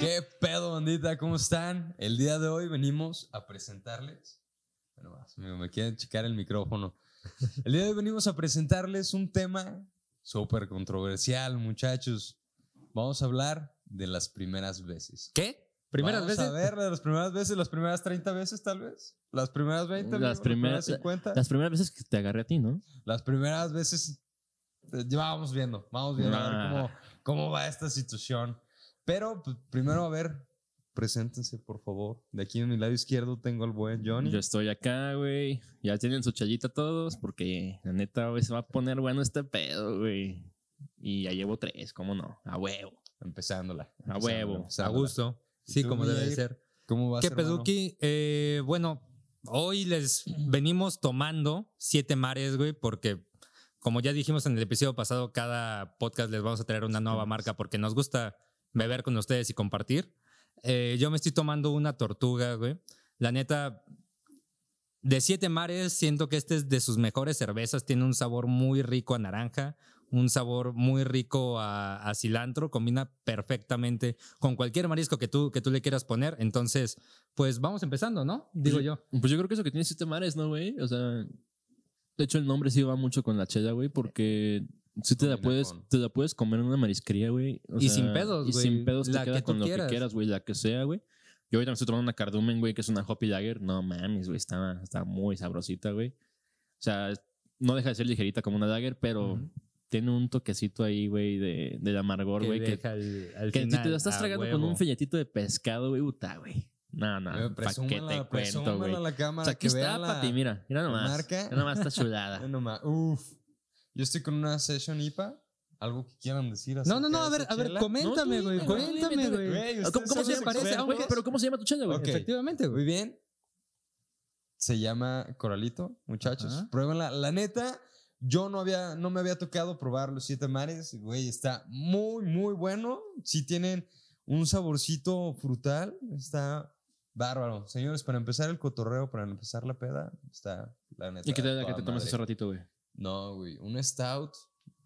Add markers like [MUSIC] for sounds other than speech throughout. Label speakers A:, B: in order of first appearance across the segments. A: ¿Qué pedo, bandita? ¿Cómo están? El día de hoy venimos a presentarles. Bueno, más, amigo, me quieren checar el micrófono. El día de hoy venimos a presentarles un tema súper controversial, muchachos. Vamos a hablar de las primeras veces.
B: ¿Qué? ¿Primeras
A: Vamos
B: veces?
A: a ver de las primeras veces, las primeras 30 veces, tal vez. Las primeras 20, amigo,
C: Las primeras-
A: 50.
C: Las primeras veces que te agarré a ti, ¿no?
A: Las primeras veces eh, ya vamos viendo, vamos viendo a ver
C: Nah.
A: cómo, cómo va esta situación. Pero pues, primero, a ver, preséntense, por favor. De aquí en mi lado izquierdo tengo al buen Johnny.
C: Yo estoy acá, güey. Ya tienen su chayita todos porque la neta, güey, se va a poner bueno este pedo, güey. Y ya llevo tres, ¿cómo no? A huevo.
A: Empezándola.
C: A
A: empezándola,
C: huevo, a
B: A
A: empezándola.
B: gusto.
A: ¿Y
B: Sí,
A: tú,
B: como debe de
A: Mier?
B: ser.
A: ¿Cómo va
B: ¿Qué peduqui? Eh, bueno, hoy les venimos tomando siete mares, güey, porque como ya dijimos en el episodio pasado, cada podcast les vamos a traer una nueva marca porque nos gusta beber con ustedes y compartir. Eh, yo me estoy tomando una tortuga, güey. La neta, de siete mares, siento que este es de sus mejores cervezas. Tiene un sabor muy rico a naranja, un sabor muy rico a, a cilantro. Combina perfectamente con cualquier marisco que tú, que tú le quieras poner. Entonces, pues vamos empezando, ¿no? Digo yo.
C: Pues yo creo que eso que tiene siete mares, ¿no, güey? O sea, de hecho, el nombre sí va mucho con la chaya, güey, porque sí te la,
A: Combina
C: puedes,
A: con-
C: te la puedes comer en una marisquería, güey. O
B: Y
C: sea,
B: sin pedos,
C: Y
B: güey.
C: sin pedos
B: La
C: te queda
B: que tú
C: con lo
B: quieras.
C: que quieras, güey, la que sea, güey. Yo ahorita me estoy tomando una cardumen, güey, que es una Hoppy Lager. No mames, güey, está, está muy sabrosita, güey. O sea, no deja de ser ligerita como una Lager, pero
B: Ujú.
C: tiene un toquecito ahí, güey, de, del amargor, güey, que,
B: deja al- al
C: que si
B: final,
C: te lo estás
B: a
C: tragando con
B: huevo.
C: un filletito de pescado, güey, puta, güey. No, no, Ah, pa' qué te
A: Presúmala,
C: cuento, güey.
A: presúmala a
C: O
A: la cámara.
C: sea, aquí
A: que
C: está,
A: vean la-
C: papi, mira, mira nomás.
A: marca.
C: Mira nomás está
A: Ve
B: [LAUGHS]
C: chulada.
A: nomás, Uf. Yo estoy con una session IPA. Algo que quieran decir.
B: No, no,
A: acerca de
B: no, a ver,
A: esta
B: a ver,
A: chela?
B: coméntame,
C: No,
B: güey.
C: dime,
B: coméntame,
C: dime,
B: güey.
A: Güey,
C: ¿Cómo,
A: ustedes
C: cómo
A: son
C: se
A: los
C: llama tu chela,
B: expertos,
C: güey?
B: güey.
C: ¿Pero cómo se llama tu chela, güey?
A: Ok.
B: Efectivamente,
A: Muy
B: güey.
A: bien. Se llama Coralito, muchachos.
B: Ajá.
A: Pruébenla. La neta, yo no había, no me había tocado probar los siete mares. Güey, está muy, muy bueno. Sí tienen un saborcito frutal. Está bárbaro. Señores, para empezar el cotorreo, para empezar la peda, está la neta.
C: ¿Y qué tal la
A: toda
C: que
B: Ah,
C: te tomas
A: madre.
C: hace ratito, güey?
A: No, güey. Un stout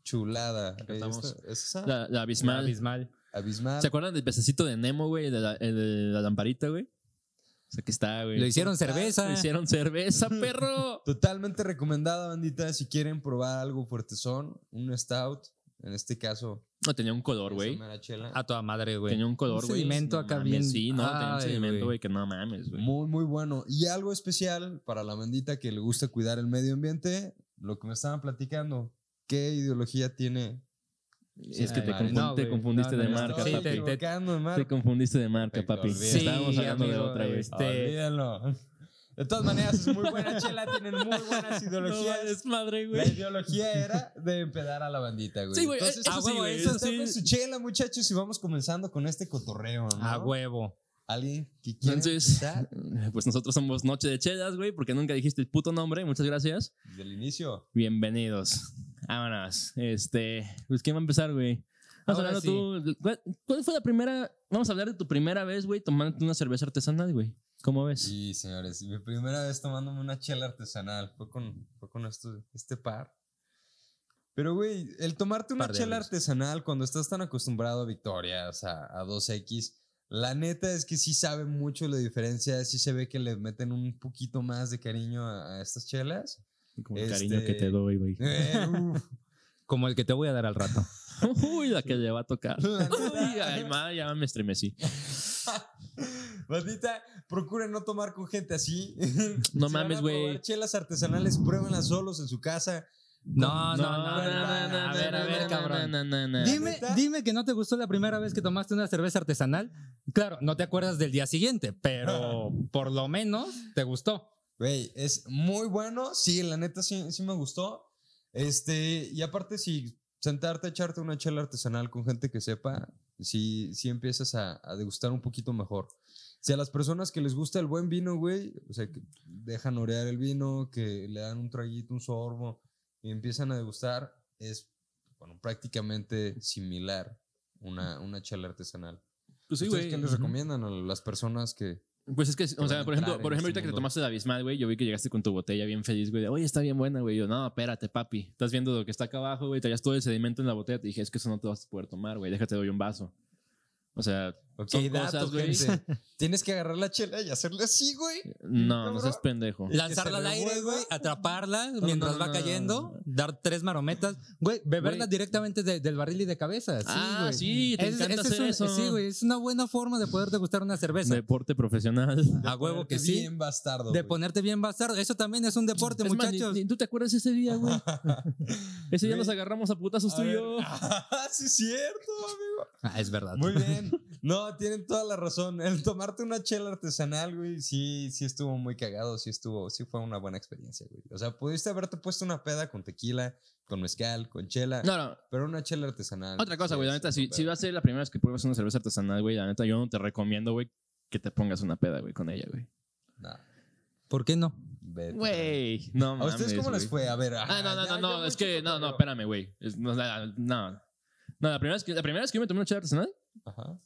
A: chulada.
C: Acá
A: Güey,
C: estamos.
A: esta- esa
C: La, la Abismal.
B: Abismal.
A: abismal.
C: ¿Se acuerdan del pececito de Nemo, güey? De la, el de la lamparita, güey. O sea, que está, güey.
B: Lo hicieron cerveza.
C: Lo
B: [LAUGHS]
C: hicieron cerveza, perro.
A: Totalmente recomendada, bandita. Si quieren probar algo fuertezón, un stout, en este caso,
C: No, tenía un color,
A: esa
C: güey. Ah,
A: mera chela.
B: A toda madre, güey.
C: Tenía un color,
B: Un
C: güey.
B: sedimento
C: No
B: acá
C: mames,
B: bien-
C: Sí, no, tenía
B: Ay,
C: un sedimento,
B: güey.
C: güey, que no mames, güey.
A: Muy, muy bueno. Y algo especial para la bandita que le gusta cuidar el medio ambiente, lo que me estaban platicando. ¿Qué ideología tiene?
C: Si es que te,
A: Ay,
C: confun-
B: no,
C: te
B: güey.
C: confundiste
B: No,
C: de
B: no,
A: Me
C: marca,
A: estoy
B: sí,
C: papi.
B: te-
C: Te,
A: equivocando de marca.
C: confundiste de marca,
A: Perfecto,
C: papi.
A: olvídalo.
C: Estábamos
B: Sí,
C: hablando de
B: amigo,
C: otra, güey.
B: este,
A: Olvídenlo. De todas maneras, es muy buena chela, tienen muy buenas
C: [LAUGHS]
A: ideologías.
C: madre,
A: La ideología era de empedar a la bandita, güey.
C: Sí, güey, eh,
A: Entonces,
C: eso
A: a
C: sí,
A: huevo,
C: güey,
A: eso
C: eso
A: está
C: sí.
A: con su chela, muchachos, y vamos comenzando con este cotorreo, ¿no?
C: Ah,
B: A huevo.
A: Alguien que quiera
C: Entonces, [LAUGHS]
A: empezar
C: pues nosotros somos Noche de Chelas, güey, porque nunca dijiste el puto nombre. Muchas gracias.
A: desde el inicio.
C: Bienvenidos. Vámonos. Este, pues, ¿quién va a empezar, güey? Vamos
B: Ahora
C: hablando tú. ¿cuál, cuál fue la primera? Vamos a hablar de tu primera vez, güey, tomándote una cerveza artesanal, güey. ¿Cómo ves?
A: Y señores, mi primera vez tomándome una chela artesanal fue con, fue con esto- este par. Pero, güey, el tomarte una
B: Par de
A: chela
B: amigos.
A: artesanal cuando estás tan acostumbrado a victorias, a, a 2X, la neta es que sí sabe mucho la diferencia, sí se ve que le meten un poquito más de cariño a- a estas chelas.
C: [LAUGHS] Como el cariño
A: este-
C: que te doy, güey.
A: Eh, uf,
B: Como el que te voy a dar al rato.
C: Uy, la que le va a tocar.
A: La
C: Uy,
A: neta.
C: ay, madre, ya me estremecí.
A: Bandita, procuren no tomar con gente así.
C: No
A: Si van
C: mames,
A: a
C: güey.
A: probar Chelas artesanales, pruébenlas solos en su casa.
B: No, no, no,
A: no,
B: no, no,
A: no,
B: A ver, a ver, cabrón.
C: no, no, no.
B: Dime,
A: ¿Neta?
B: dime que no te gustó la primera vez que tomaste una cerveza artesanal. Claro, no te acuerdas del día siguiente,
C: [LAUGHS]
B: pero por lo menos te gustó.
A: Güey, es muy bueno. Sí, la neta sí, sí me gustó. Este, y aparte, si sentarte a echarte una chela artesanal con gente que sepa, sí, sí empiezas a, a degustar un poquito mejor. Si a las personas que les gusta el buen vino, güey, o sea, que dejan orear el vino, que le dan un traguito, un sorbo y empiezan a degustar, es, bueno, prácticamente similar una, una chela artesanal.
C: Pues sí,
A: ¿Ustedes
C: güey.
A: qué les
C: Ujú.
A: recomiendan a las personas que...
C: Pues es que,
A: van
C: o
A: a
C: sea, por ejemplo,
A: entrar
C: por
A: en
C: ejemplo,
A: este
C: ahorita que
A: mundo.
C: tomaste la abismal, güey, yo vi que llegaste con tu botella bien feliz, güey, de, oye, está bien buena, güey. Yo, no, espérate, papi, estás viendo lo que está acá abajo, güey, traías todo el sedimento en la botella. Te dije, es que eso no te vas a poder tomar, güey, déjate, doy un vaso. O sea,
A: Ok, Ok,
C: Son
A: dato,
C: cosas, güey.
A: gente. [LAUGHS] Tienes que agarrar la chela y hacerle así, güey.
C: No,
A: Cabrón.
C: no seas pendejo.
A: La-
B: Lanzarla
A: se
B: al aire,
A: remueva.
B: güey, atraparla
C: no,
B: mientras
C: no,
B: va
C: no,
B: cayendo,
C: no, no.
B: dar tres marometas, güey, beberla
C: Güey.
B: directamente de- del barril y de cabeza. Sí,
C: ah,
B: güey.
C: sí, te
B: Es-
C: encanta
B: ese es
C: hacer
B: un-
C: eso.
B: Sí, güey, es una buena forma de poder degustar una cerveza.
C: Deporte profesional.
A: Este
B: a huevo que
A: Ponerte
B: sí.
A: Bien bastardo.
B: De
A: güey.
B: ponerte bien bastardo. Eso también es un deporte,
C: [LAUGHS] Es más, ni-
B: muchachos.
C: ni- ¿Tú te acuerdas ese
A: [LAUGHS]
C: día, güey? Ese día
A: Güey.
C: nos agarramos a putazos
A: A
C: tú y
A: ver.
C: yo.
A: [LAUGHS] Ah, sí, es cierto, amigo.
B: Ah, es verdad.
A: Muy bien. [LAUGHS] No, tienen toda la razón. El tomarte una chela artesanal, güey, sí, sí estuvo muy cagado, sí estuvo, sí fue una buena experiencia, güey. O sea, pudiste haberte puesto una peda con tequila, con mezcal, con chela,
C: No, no.
A: pero una chela artesanal.
C: Otra cosa,
A: sí
C: güey. La
A: es
C: neta,
A: otro
C: si,
A: pedo.
C: si va a ser la primera vez que pruebas una cerveza artesanal, güey, la neta, yo no te recomiendo, güey, que te pongas una peda, güey, con ella, güey.
A: No,
B: ¿Por qué no?
A: vete.
C: Güey. No,
A: ¿A ustedes
C: mames,
A: cómo les
C: güey.
A: fue? A ver.
C: Ah, no, no, no, no, es que, no, no, espérame, güey. Es- No, la- no, no. la primera vez que, la primera vez que yo me tomé una chela artesanal,
A: Ajá.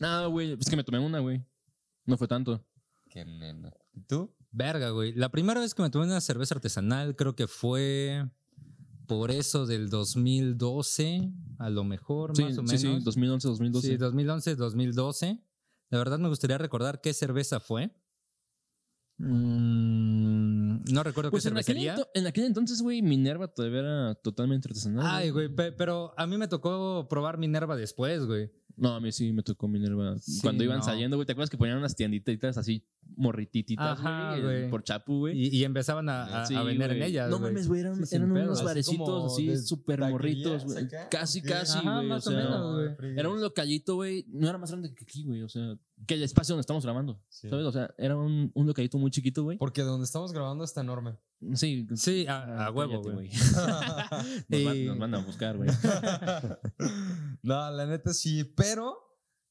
C: no, güey, es que me tomé una, güey. No fue tanto.
A: Qué nena. ¿Y tú?
B: Verga, güey. La primera vez que me tomé una cerveza artesanal creo que fue por eso del 2012, a lo mejor,
C: Sí,
B: más o
C: sí,
B: menos.
C: sí, 2011, 2012.
B: Sí, 2011, 2012. La verdad me gustaría recordar qué cerveza fue. Mm, no recuerdo
C: pues
B: qué
C: en aquel,
B: cervecería.
C: ento- en aquel entonces, güey, Minerva todavía era totalmente artesanal.
B: Ay, güey, pe- pero a mí me tocó probar Minerva después, güey.
C: No, a mí sí me tocó Minerva.
B: Sí,
C: Cuando iban
B: no.
C: saliendo, güey, ¿te acuerdas que ponían unas tienditas así morritititas,
B: Ajá,
C: güey?
B: güey.
C: en- Por Chapu, güey.
B: Y, y empezaban a, a-
C: Sí,
B: a vender en
C: güey.
B: ellas.
C: No
B: güey.
C: mames, güey, eran,
B: Sí, sin
C: eran
B: pedos.
C: unos
B: Así
A: como
C: barecitos así,
A: de
C: súper
A: taquerías
C: morritas, güey.
A: acá.
C: Casi,
A: Ok.
C: casi,
B: Ajá,
C: güey. O
B: más o
C: sea,
B: menos,
A: No,
B: güey.
A: friegues.
C: Era un locallito, güey. No era más grande que aquí, güey. O sea, que el espacio donde estamos grabando.
A: Sí.
C: ¿Sabes? O sea, era un, un locallito muy chiquito, güey.
A: Porque donde estamos grabando está enorme.
C: [LAUGHS]
A: [LAUGHS]
C: Sí.
B: Sí, a, a
C: Ah,
B: huevo,
C: cállate,
B: güey.
C: [LAUGHS] Nos, van-
B: Y-
C: nos mandan a buscar, güey.
A: no, la neta sí, pero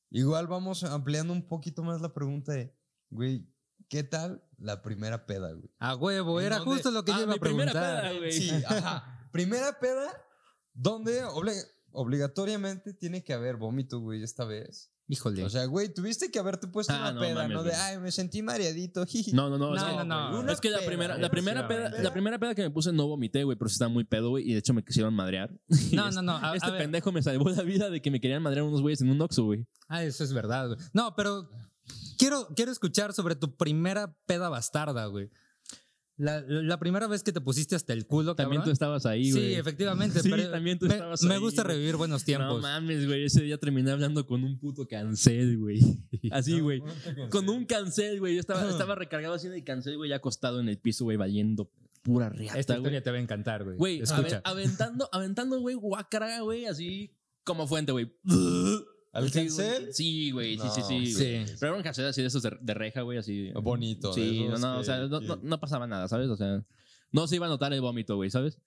A: igual vamos ampliando un poquito más la pregunta de, güey, ¿qué tal la primera peda, güey?
B: A huevo,
A: ¿En
B: era
A: dónde?
B: justo lo que
C: Ah,
B: yo iba
C: mi
B: a
C: primera
B: preguntar.
C: peda, güey.
A: Sí, ajá. Primera peda donde obli- obligatoriamente tiene que haber vómito, güey, esta vez.
B: Híjole.
C: Pues
A: O sea, güey, tuviste que haberte puesto
C: Ah,
A: una
C: no
A: peda,
C: mames,
A: ¿no? De,
C: güey.
A: ay, me sentí mareadito, [LAUGHS] jiji.
C: [LAUGHS] No, no, no. es
B: No,
C: que-
B: no, no.
A: güey,
B: Una
C: Es que la
A: peda,
C: primera, la
A: una
C: primera peda,
A: peda.
C: la primera peda que me puse no vomité, güey, pero sí estaba muy pedo, güey, y de hecho me quisieron madrear. Y
B: no, no, no. A, a
C: Este
B: ver.
C: pendejo me salvó la vida de que me querían madrear unos güeyes en un Oxxo, güey.
B: Ah, eso es verdad, güey. No, pero quiero, quiero escuchar sobre tu primera peda bastarda, güey. La, la- la primera vez que te pusiste hasta el culo,
C: También tú
B: cabrón.
C: estabas ahí,
B: Sí,
C: güey.
B: efectivamente.
C: Sí,
B: pero
C: también tú
B: me,
C: estabas
B: me
C: ahí,
B: gusta
C: güey.
B: revivir buenos
C: No
B: tiempos.
C: mames, güey. Ese día terminé hablando con un puto cancel, [LAUGHS] güey. Así, güey. Con un cancel, güey.
A: [LAUGHS]
C: Yo estaba, estaba recargado así de cancel, güey, ya acostado en el piso, güey, valiendo pura
B: Esta
C: riata,
B: historia
C: güey.
B: te va a encantar, güey.
C: Güey,
B: escucha.
C: aven- aventando, aventando, güey, guacara, güey, así como fuente, güey.
A: ¿Al
C: Sí, güey.
A: cancel?
C: Sí, güey, sí, sí,
A: No,
C: sí. güey.
B: sí.
C: Pero era un cancel así de esos de, de reja, güey, así.
A: Bonito.
C: Sí,
A: de
C: no,
A: esos
C: no, o
A: que-
C: sea, no,
A: que- [LAUGHS]
C: no- no pasaba nada, ¿sabes? O sea, no se iba a notar el vómito, güey, ¿sabes?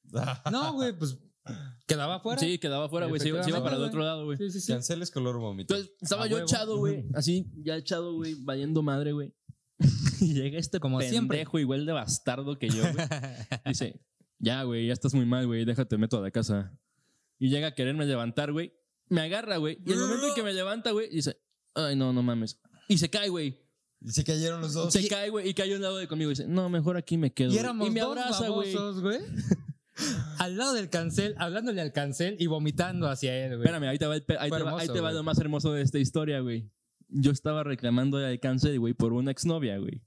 B: No, güey, pues quedaba
C: [LAUGHS]
B: afuera.
C: Sí, quedaba fuera, güey, se iba, se iba para el
B: Efectivamente,
C: otro lado, güey.
B: sí, sí. sí.
A: Cancel es color vómito.
C: Entonces, estaba
B: A
C: yo
B: huevo.
C: echado, güey, así, ya echado, güey, valiendo madre, güey. [LAUGHS] Y llega este
B: Como
C: Como
B: siempre.
C: pendejo igual de bastardo que yo,
B: [LAUGHS]
C: güey. Dice, ya, güey, ya estás muy mal, güey, déjate, meto a la casa. Y llega a quererme levantar, güey. Me agarra, güey. Y el momento en que me levanta, güey, dice, ay, no, no mames. Y se cae, güey.
A: Y se cayeron los dos.
C: Se cae, güey, y cayó al lado de conmigo. Y dice, no, mejor aquí me quedo.
B: Oh, Y
C: güey".
B: éramos
C: me
B: dos
C: abraza, güey.
B: babosos,
C: [LAUGHS]
B: güey. al lado del cancel, hablándole al cancel y vomitando hacia él, güey.
C: Espérame, ahí te va, el pe- ahí
B: Fue
C: te va- ahí
B: hermoso,
C: te va
B: güey.
C: lo más hermoso de esta historia, güey. Yo estaba reclamando al cáncer, güey, por una exnovia, güey.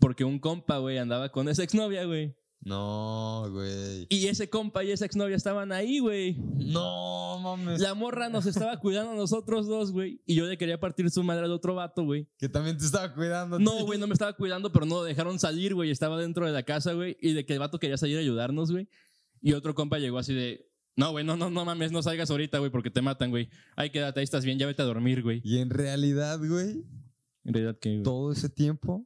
C: Porque un compa, güey, andaba con esa exnovia, güey.
A: No, güey.
C: Y ese compa y esa exnovia estaban ahí, güey.
A: No, mames.
C: La morra nos estaba cuidando a nosotros dos, güey. Y yo le quería partir su madre al otro vato, güey.
A: Que también te estaba cuidando.
C: No, güey, no me estaba cuidando, pero no lo dejaron salir, güey. Estaba dentro de la casa, güey. Y de que el vato quería salir a ayudarnos, güey. Y otro compa llegó así de. No, güey, no, no, no mames, no salgas ahorita, güey, porque te matan, güey. Ay, quédate, ahí estás bien, ya vete a dormir, güey.
A: Y en realidad, güey,
C: En realidad que.
A: todo ese tiempo,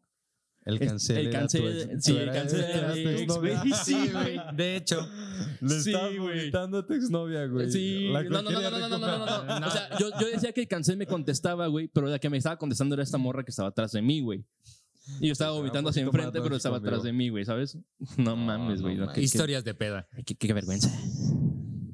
A: el
C: Es-
A: cancel.
C: el
A: era
C: cancel-
A: tu ex-
C: sí,
A: tu
C: el
A: era-
C: cancel
A: era
C: era
A: tu
C: mi ex,
A: exnovia.
C: güey. Sí,
B: güey. De hecho.
A: [LAUGHS] Le
C: Sí,
A: estabas
C: güey.
A: vomitando a tu exnovia, güey.
C: Sí,
A: La
C: no,
A: que
C: no, no, no,
A: quería
C: no, no, no, no, no, no.
B: No.
C: O sea, yo, yo decía que el cancel me contestaba, güey, pero la que me estaba contestando era esta morra que estaba atrás de mí, güey. Y yo estaba
A: Estaba un
C: vomitando hacia
A: poquito más
C: enfrente, pero estaba
A: lógico,
C: atrás de mí, güey, ¿sabes? No,
A: no
C: mames, güey. no,
A: mames.
C: qué-
B: Historias de peda.
C: Qué, qué- qué vergüenza.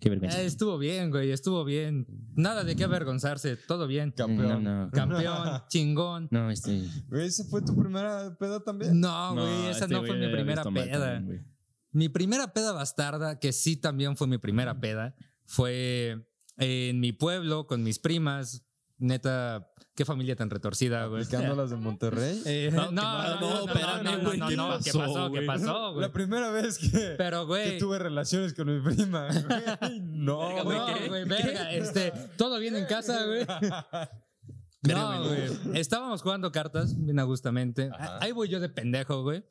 C: Qué vergüenza.
B: Eh, estuvo bien, güey, estuvo bien. Nada de qué avergonzarse, todo bien.
A: Campeón.
C: Mm. No, no.
B: Campeón,
C: [LAUGHS]
B: chingón.
C: No, este.
A: Güey, ¿esa fue tu primera peda también?
B: No, güey, esa
C: este
B: no
C: güey
B: fue
C: la
B: mi
C: había
B: primera
C: visto mal
B: peda.
C: también, güey.
B: Mi primera peda bastarda, que sí también fue mi primera peda, fue en mi pueblo con mis primas. neta, qué familia tan retorcida,
C: [LAUGHS]
B: güey.
A: Aplicando las de Monterrey.
B: Eh, no,
C: qué
B: no,
C: mal, no,
B: no, no,
C: espérame,
B: no, no,
C: güey,
B: no,
C: ¿qué
B: no, ¿qué
C: pasó,
B: pasó? ¿Qué
C: güey?
B: pasó, güey?
A: La primera vez que,
B: Pero,
A: que
B: güey.
A: tuve relaciones con mi [LAUGHS] prima. güey. No.
C: Verga, güey,
B: No,
C: ¿qué?
B: güey, verga, este, todo bien en casa,
C: [LAUGHS]
B: güey. No, güey. Estábamos jugando cartas, bien a gustamente. Ah,
A: Ajá.
B: Ahí voy yo de pendejo, güey.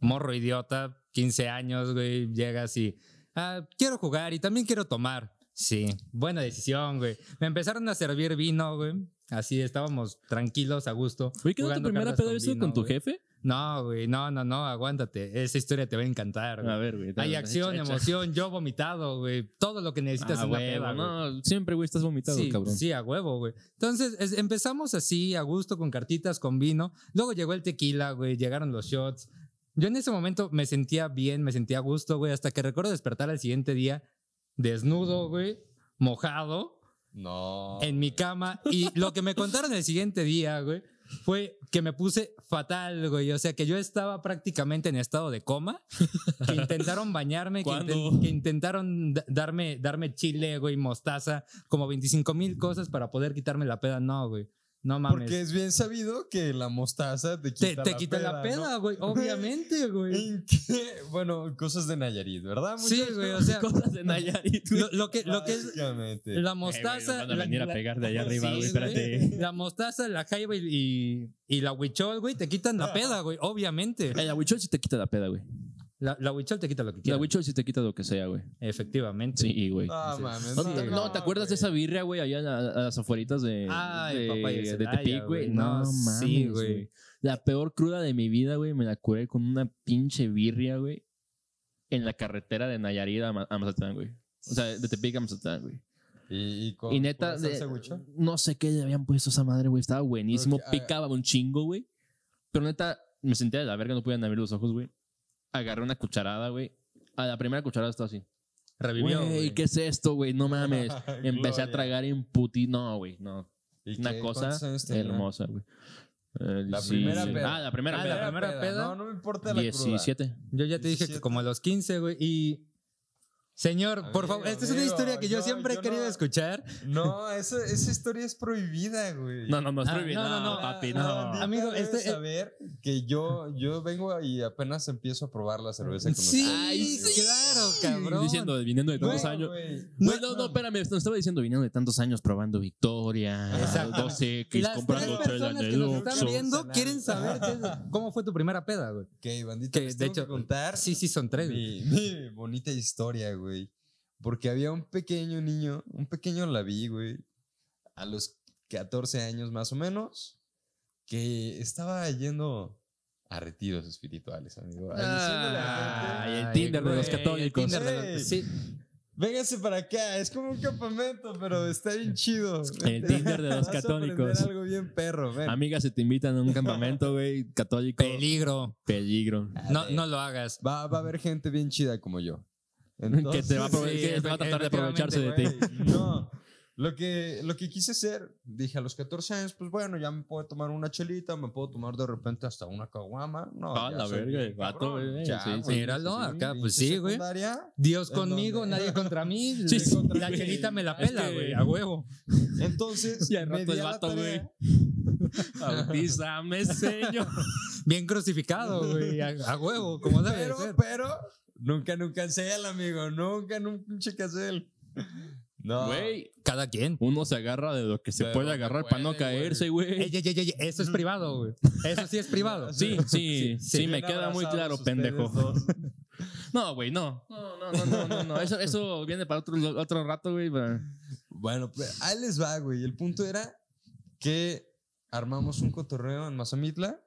B: Morro idiota, 15 años, güey. Llegas y. "Ah, quiero jugar y también quiero tomar. Sí, buena decisión, güey. Me empezaron a servir vino, güey. Así estábamos tranquilos, a gusto.
C: Güey, ¿qué no tu
B: jugando
C: primera
B: cartas
C: peda había sido
B: vino,
C: con tu
B: güey.
C: jefe?
B: No, güey, no, no, no, aguántate. Esa historia te va a encantar, güey.
C: A ver, güey.
B: Hay
C: echa,
B: acción,
C: echa.
B: emoción, yo vomitado, güey. Todo lo que necesitas
C: Ah,
B: en una
C: huevo,
B: peda, güey.
C: no, siempre, güey, estás vomitado,
B: Sí,
C: cabrón. [LAUGHS]
B: sí, a huevo, güey. Entonces es- empezamos así, a gusto, con cartitas, con vino. Luego llegó el tequila, güey. Llegaron los shots. Yo en ese momento me sentía bien, me sentía a gusto, güey. Hasta que recuerdo despertar al siguiente día desnudo, güey, mojado,
A: No.
B: en mi cama. Y lo que me contaron el siguiente día, güey, fue que me puse fatal, güey. O sea, que yo estaba prácticamente en estado de coma. Que intentaron bañarme, que,
C: ¿Cuándo?
B: inten- que intentaron da- darme, darme chile, güey, mostaza, como 25 mil cosas para poder quitarme la peda. No, güey. No mames.
A: Porque es bien sabido que la mostaza te
B: te,
A: quita,
B: te quita la peda, güey. Obviamente,
A: ¿no?
C: [LAUGHS]
B: güey.
A: ¿En qué? Bueno, cosas de Nayarit, ¿verdad?
B: Sí, güey. O sea,
C: Cosas de Nayarit, Eh, güey. [LAUGHS]
B: lo, lo que, lo que es
A: Básicamente.
B: la mostaza.
C: van a
B: la-
C: venir a
B: la-
C: pegar de allá arriba,
B: [LAUGHS] Pues Sí,
C: güey.
B: güey.
C: Espérate.
B: La mostaza, la jaiba y, y la huichol, güey, te quitan
A: Ah.
B: la peda, güey, obviamente.
C: Ay, la huichol sí te quita la peda, güey.
B: La, la huichol te quita lo que
C: La
B: quieras.
C: huichol sí te quita lo que sea, güey.
B: Efectivamente.
C: Sí, güey.
B: Ah,
A: No, Ah, mames.
C: No, te- no, ¿te acuerdas de esa
A: güey.
C: birria, güey, allá a, a las afueritas de,
B: Ay,
C: de,
B: papá, y
C: de
B: Celaya,
C: Tepic, güey?
B: güey. No, sí, güey.
C: La peor cruda de mi vida, güey, me la curé con una pinche birria, güey, en la carretera de Nayarit a, Ma- a Mazatlán, güey. O sea, de Tepic a Mazatlán, güey.
A: Y, y, con,
C: Y neta,
A: pura
C: de-
A: salsa huichol?
C: no sé qué le habían puesto a esa madre, güey. Estaba buenísimo,
A: Pero que-
C: picaba un chingo, güey. Pero neta, me senté de la verga, no podían abrir los ojos, güey. Agarré una cucharada, güey. A la primera cucharada estaba así.
B: Revivió.
C: Güey,
B: güey.
C: ¿qué es esto, güey?
A: [LAUGHS]
C: No mames. Empecé a
A: Gloria.
C: tragar en puti. No, güey, no.
A: ¿Y
C: Una
A: qué?
C: cosa
A: ¿Cuántos años tenía?
C: hermosa, güey. Eh,
A: La
C: 16.
A: primera peda.
C: Ah, la primera
B: Ah,
A: La
B: la
C: peda.
B: primera peda.
A: No, no me importa la cruda.
C: 17.
B: Yo ya te dije que
A: 17.
B: como a los 15, güey. Y. Señor, por
A: Amigo,
B: favor, esta es una
A: amigo,
B: historia que yo,
A: yo-
B: siempre
A: yo
B: he querido
A: no-
B: escuchar.
A: No, esa, esa historia es prohibida, güey.
C: No, no, no, es
B: Ah,
C: prohibido.
B: no, no, no.
C: papi,
B: Ah,
C: no.
B: Amigo,
A: Amigo, este
B: este-
A: saber que yo, yo vengo y apenas empiezo a probar la cerveza con
B: Sí,
A: ustedes.
C: Ay,
B: claro, cabrón.
C: Diciendo, viniendo de
A: Güey,
C: tantos años.
A: güey.
C: No, no, no, espérame, nos estaba diciendo viniendo de tantos años probando Victoria,
B: Exacto.
C: 2X,
B: Las tres
C: comprando chela en
B: personas que
C: el
B: nos están
A: Oxxo.
B: viendo quieren saber qué- cómo fue tu primera peda, güey.
A: Ok, bandita,
B: Que,
A: les
B: de
A: tengo
B: hecho,
A: que contar
B: Sí, sí, son tres. güey.
A: mi, mi bonita historia, güey. Porque había un pequeño niño, un pequeño labí, güey, a los 14 años más o menos, que estaba yendo a retiros espirituales, amigo. a diciéndole a la gente,
C: Ay, el Tinder de los
B: güey, el
C: católicos.
B: Tinder de los-
A: Sí.
B: Sí,
A: Véngase para acá, es como un campamento, pero está bien chido.
C: El Tinder de
A: Vas
C: los
A: a aprender
C: católicos.
A: algo bien perro, ven.
C: Amigas, se te invitan a un campamento, güey, católico.
B: peligro.
C: Peligro.
B: No, no lo hagas.
A: Va, va a haber gente bien chida como yo.
C: [LAUGHS] que te va a, aprove-
B: Sí,
C: que te va a tratar de aprovecharse de ti.
A: Güey, No. Lo que, lo que quise hacer, dije a los 14 años, pues bueno, ya me puedo tomar una chelita, me puedo tomar de repente hasta una caguama. No,
C: Ah,
A: ya
C: la
A: soy
C: verga,
A: bien
C: el vato,
A: cabrón,
C: güey,
A: ya,
C: sí,
A: güey,
C: sí,
B: míralo, acá, pues
A: pinche
B: sí, güey.
A: secundaria.
B: Dios
A: ¿En
B: conmigo,
A: dónde?
B: nadie contra mí.
C: Sí, sí.
B: La
A: Güey.
B: chelita me la
C: Es
B: pela,
C: que-
B: güey, a huevo.
C: [LAUGHS]
A: Entonces,
C: Y al
A: me
C: rato
A: di
C: el
A: a la
C: vato, güey.
A: tarea.
C: [LAUGHS] Bautízame, señor.
B: Bien crucificado, güey, a, a huevo, como debe de
A: Pero,
B: ser.
A: pero, nunca, nunca cancel, amigo. Nunca, nunca, pinche cancel. No.
C: Güey,
B: Cada quien.
C: uno se agarra de lo que se
A: De
C: puede
A: lo que
C: agarrar para no
A: puede, güey.
C: caerse, güey.
B: Ey, ey, ey, ey, eso es
C: Mm.
B: privado, güey. Eso sí es
C: [LAUGHS]
B: privado.
C: Sí, sí, sí,
B: sí,
C: me
A: bien
C: queda muy
A: abrazados
C: claro,
A: ustedes
C: pendejo.
A: dos.
C: No, güey, no. No, no, no, no, no, no. Eso, eso viene para otro, otro rato, güey. para-
A: Bueno, pues, ahí les va, güey. El punto era que armamos un cotorreo en Mazamitla,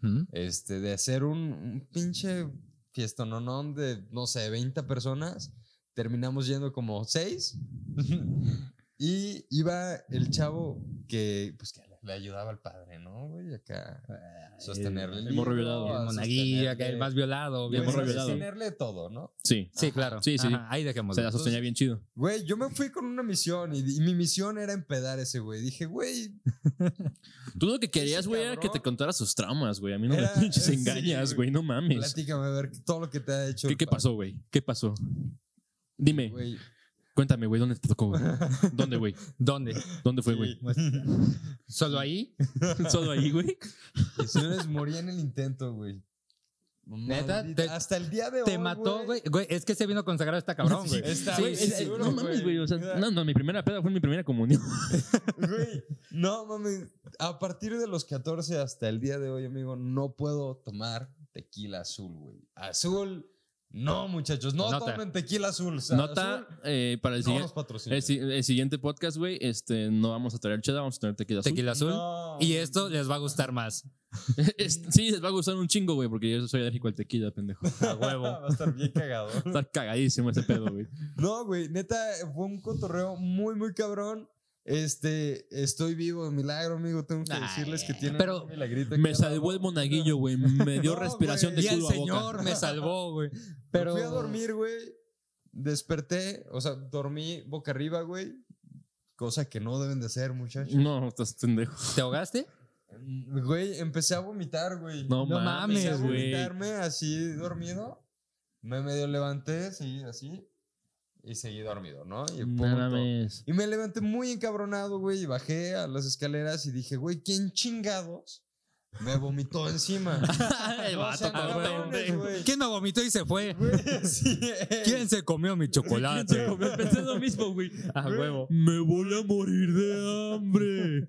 B: ¿Mm?
A: este, de hacer un, un pinche fiestononón de, no sé, 20 personas. Terminamos yendo como
C: [LAUGHS]
A: 6. y iba el chavo que, pues, que le ayudaba al padre, ¿no, güey? Acá a
B: Eh,
A: sostenerle.
C: el morro
A: libro,
C: violado.
A: a
B: El monaguillo, que
A: sostenerle-
B: el más violado.
A: Güey,
B: bien
C: el morro
A: a
C: violado.
A: sostenerle todo, ¿no?
C: Sí,
B: Sí, claro.
C: Sí, sí.
B: Ajá, ahí dejemos.
C: se la sostenía bien chido.
A: Güey, yo me fui con una misión y, y mi misión era empedar ese güey. Dije, güey,
C: [LAUGHS] Tú lo que querías,
A: Ese
C: güey, era que
A: cabrón.
C: te contara sus traumas, güey. A mí no
A: Era-
C: me pinches
A: sí,
C: engañas, güey.
A: güey.
C: No mames.
A: Platícame a ver todo lo que te ha hecho.
C: ¿Qué,
A: el
C: qué
A: padre,
C: pasó, güey? ¿Qué pasó? Dime.
A: güey?
C: Cuéntame, güey, ¿dónde te tocó, güey? ¿Dónde, güey?
B: ¿Dónde?
C: ¿Dónde fue, güey?
A: pues,
B: ¿Solo ahí?
C: Solo ahí, güey.
A: Los señores morían en el intento, güey.
B: ¿Neta?
A: Maldita-
B: ¿Te-
A: Hasta el día de hoy.
B: Te mató, güey. Güey, Es que se vino consagrado esta cabrón, güey.
A: Está-
B: Sí,
A: güey,
B: sí,
A: es-
B: sí.
A: es-
C: No mames, güey. O sea, no, no, mi primera peda fue en mi primera comunión.
A: Güey, no mames. A partir de los 14 hasta el día de hoy, amigo, no puedo tomar tequila azul, güey. Azul, no, muchachos. No
B: Nota.
A: tomen tequila azul. o sea,
C: Nota
A: azul,
C: eh, para el
A: no nos
C: siguiente.
A: patrocina.
C: El, si- el siguiente podcast, güey, este, no vamos a traer cheddar, vamos a traer tequila azul.
B: Tequila azul.
A: No.
B: Y esto les va a gustar más.
C: [LAUGHS] Es- sí, les va a gustar un chingo, güey, porque yo soy alérgico al tequila,
B: [LAUGHS]
C: pendejo.
B: A huevo.
A: [LAUGHS] Va a estar bien cagado.
C: Está cagadísimo ese pedo, güey.
A: No, güey, neta, fue un cotorreo muy, muy cabrón. Este, estoy vivo, milagro, amigo. Tengo que
B: Ay,
A: decirles que tiene
B: pero
A: un milagrito.
C: Me
A: aquí al
C: salvó el
A: lado.
C: monaguillo, güey.
B: [LAUGHS]
C: Me dio
A: No,
C: respiración
A: güey.
B: Y
C: de
B: el
C: culo a boca.
B: señor me salvó, güey.
A: Pero
B: Pero
A: fui a dormir, güey. Desperté, o sea, dormí boca arriba, güey. Cosa que no deben de hacer, muchachos.
C: No, estás pendejo.
B: ¿Te ahogaste?
A: Güey, empecé a vomitar, güey.
C: No,
B: No
A: empecé a
C: mames,
B: mames,
C: güey.
A: vomitarme así dormido. Me medio levanté, seguí así. Y seguí dormido, ¿no? Y
C: No
A: punto.
C: mames.
A: Y me levanté muy encabronado, güey, y bajé a las escaleras y dije, güey, ¿quién chingados me vomitó encima?
C: [LAUGHS] El
A: O sea, no,
C: vato, cabrón.
A: güey. Ah, güey.
B: ¿Quién me vomitó y se fue?
A: Güey, [LAUGHS] sí, eh.
B: ¿Quién se comió mi chocolate?
C: Me pensé lo mismo, güey.
B: A huevo.
C: Me voy a morir
B: [LAUGHS]
C: de hambre.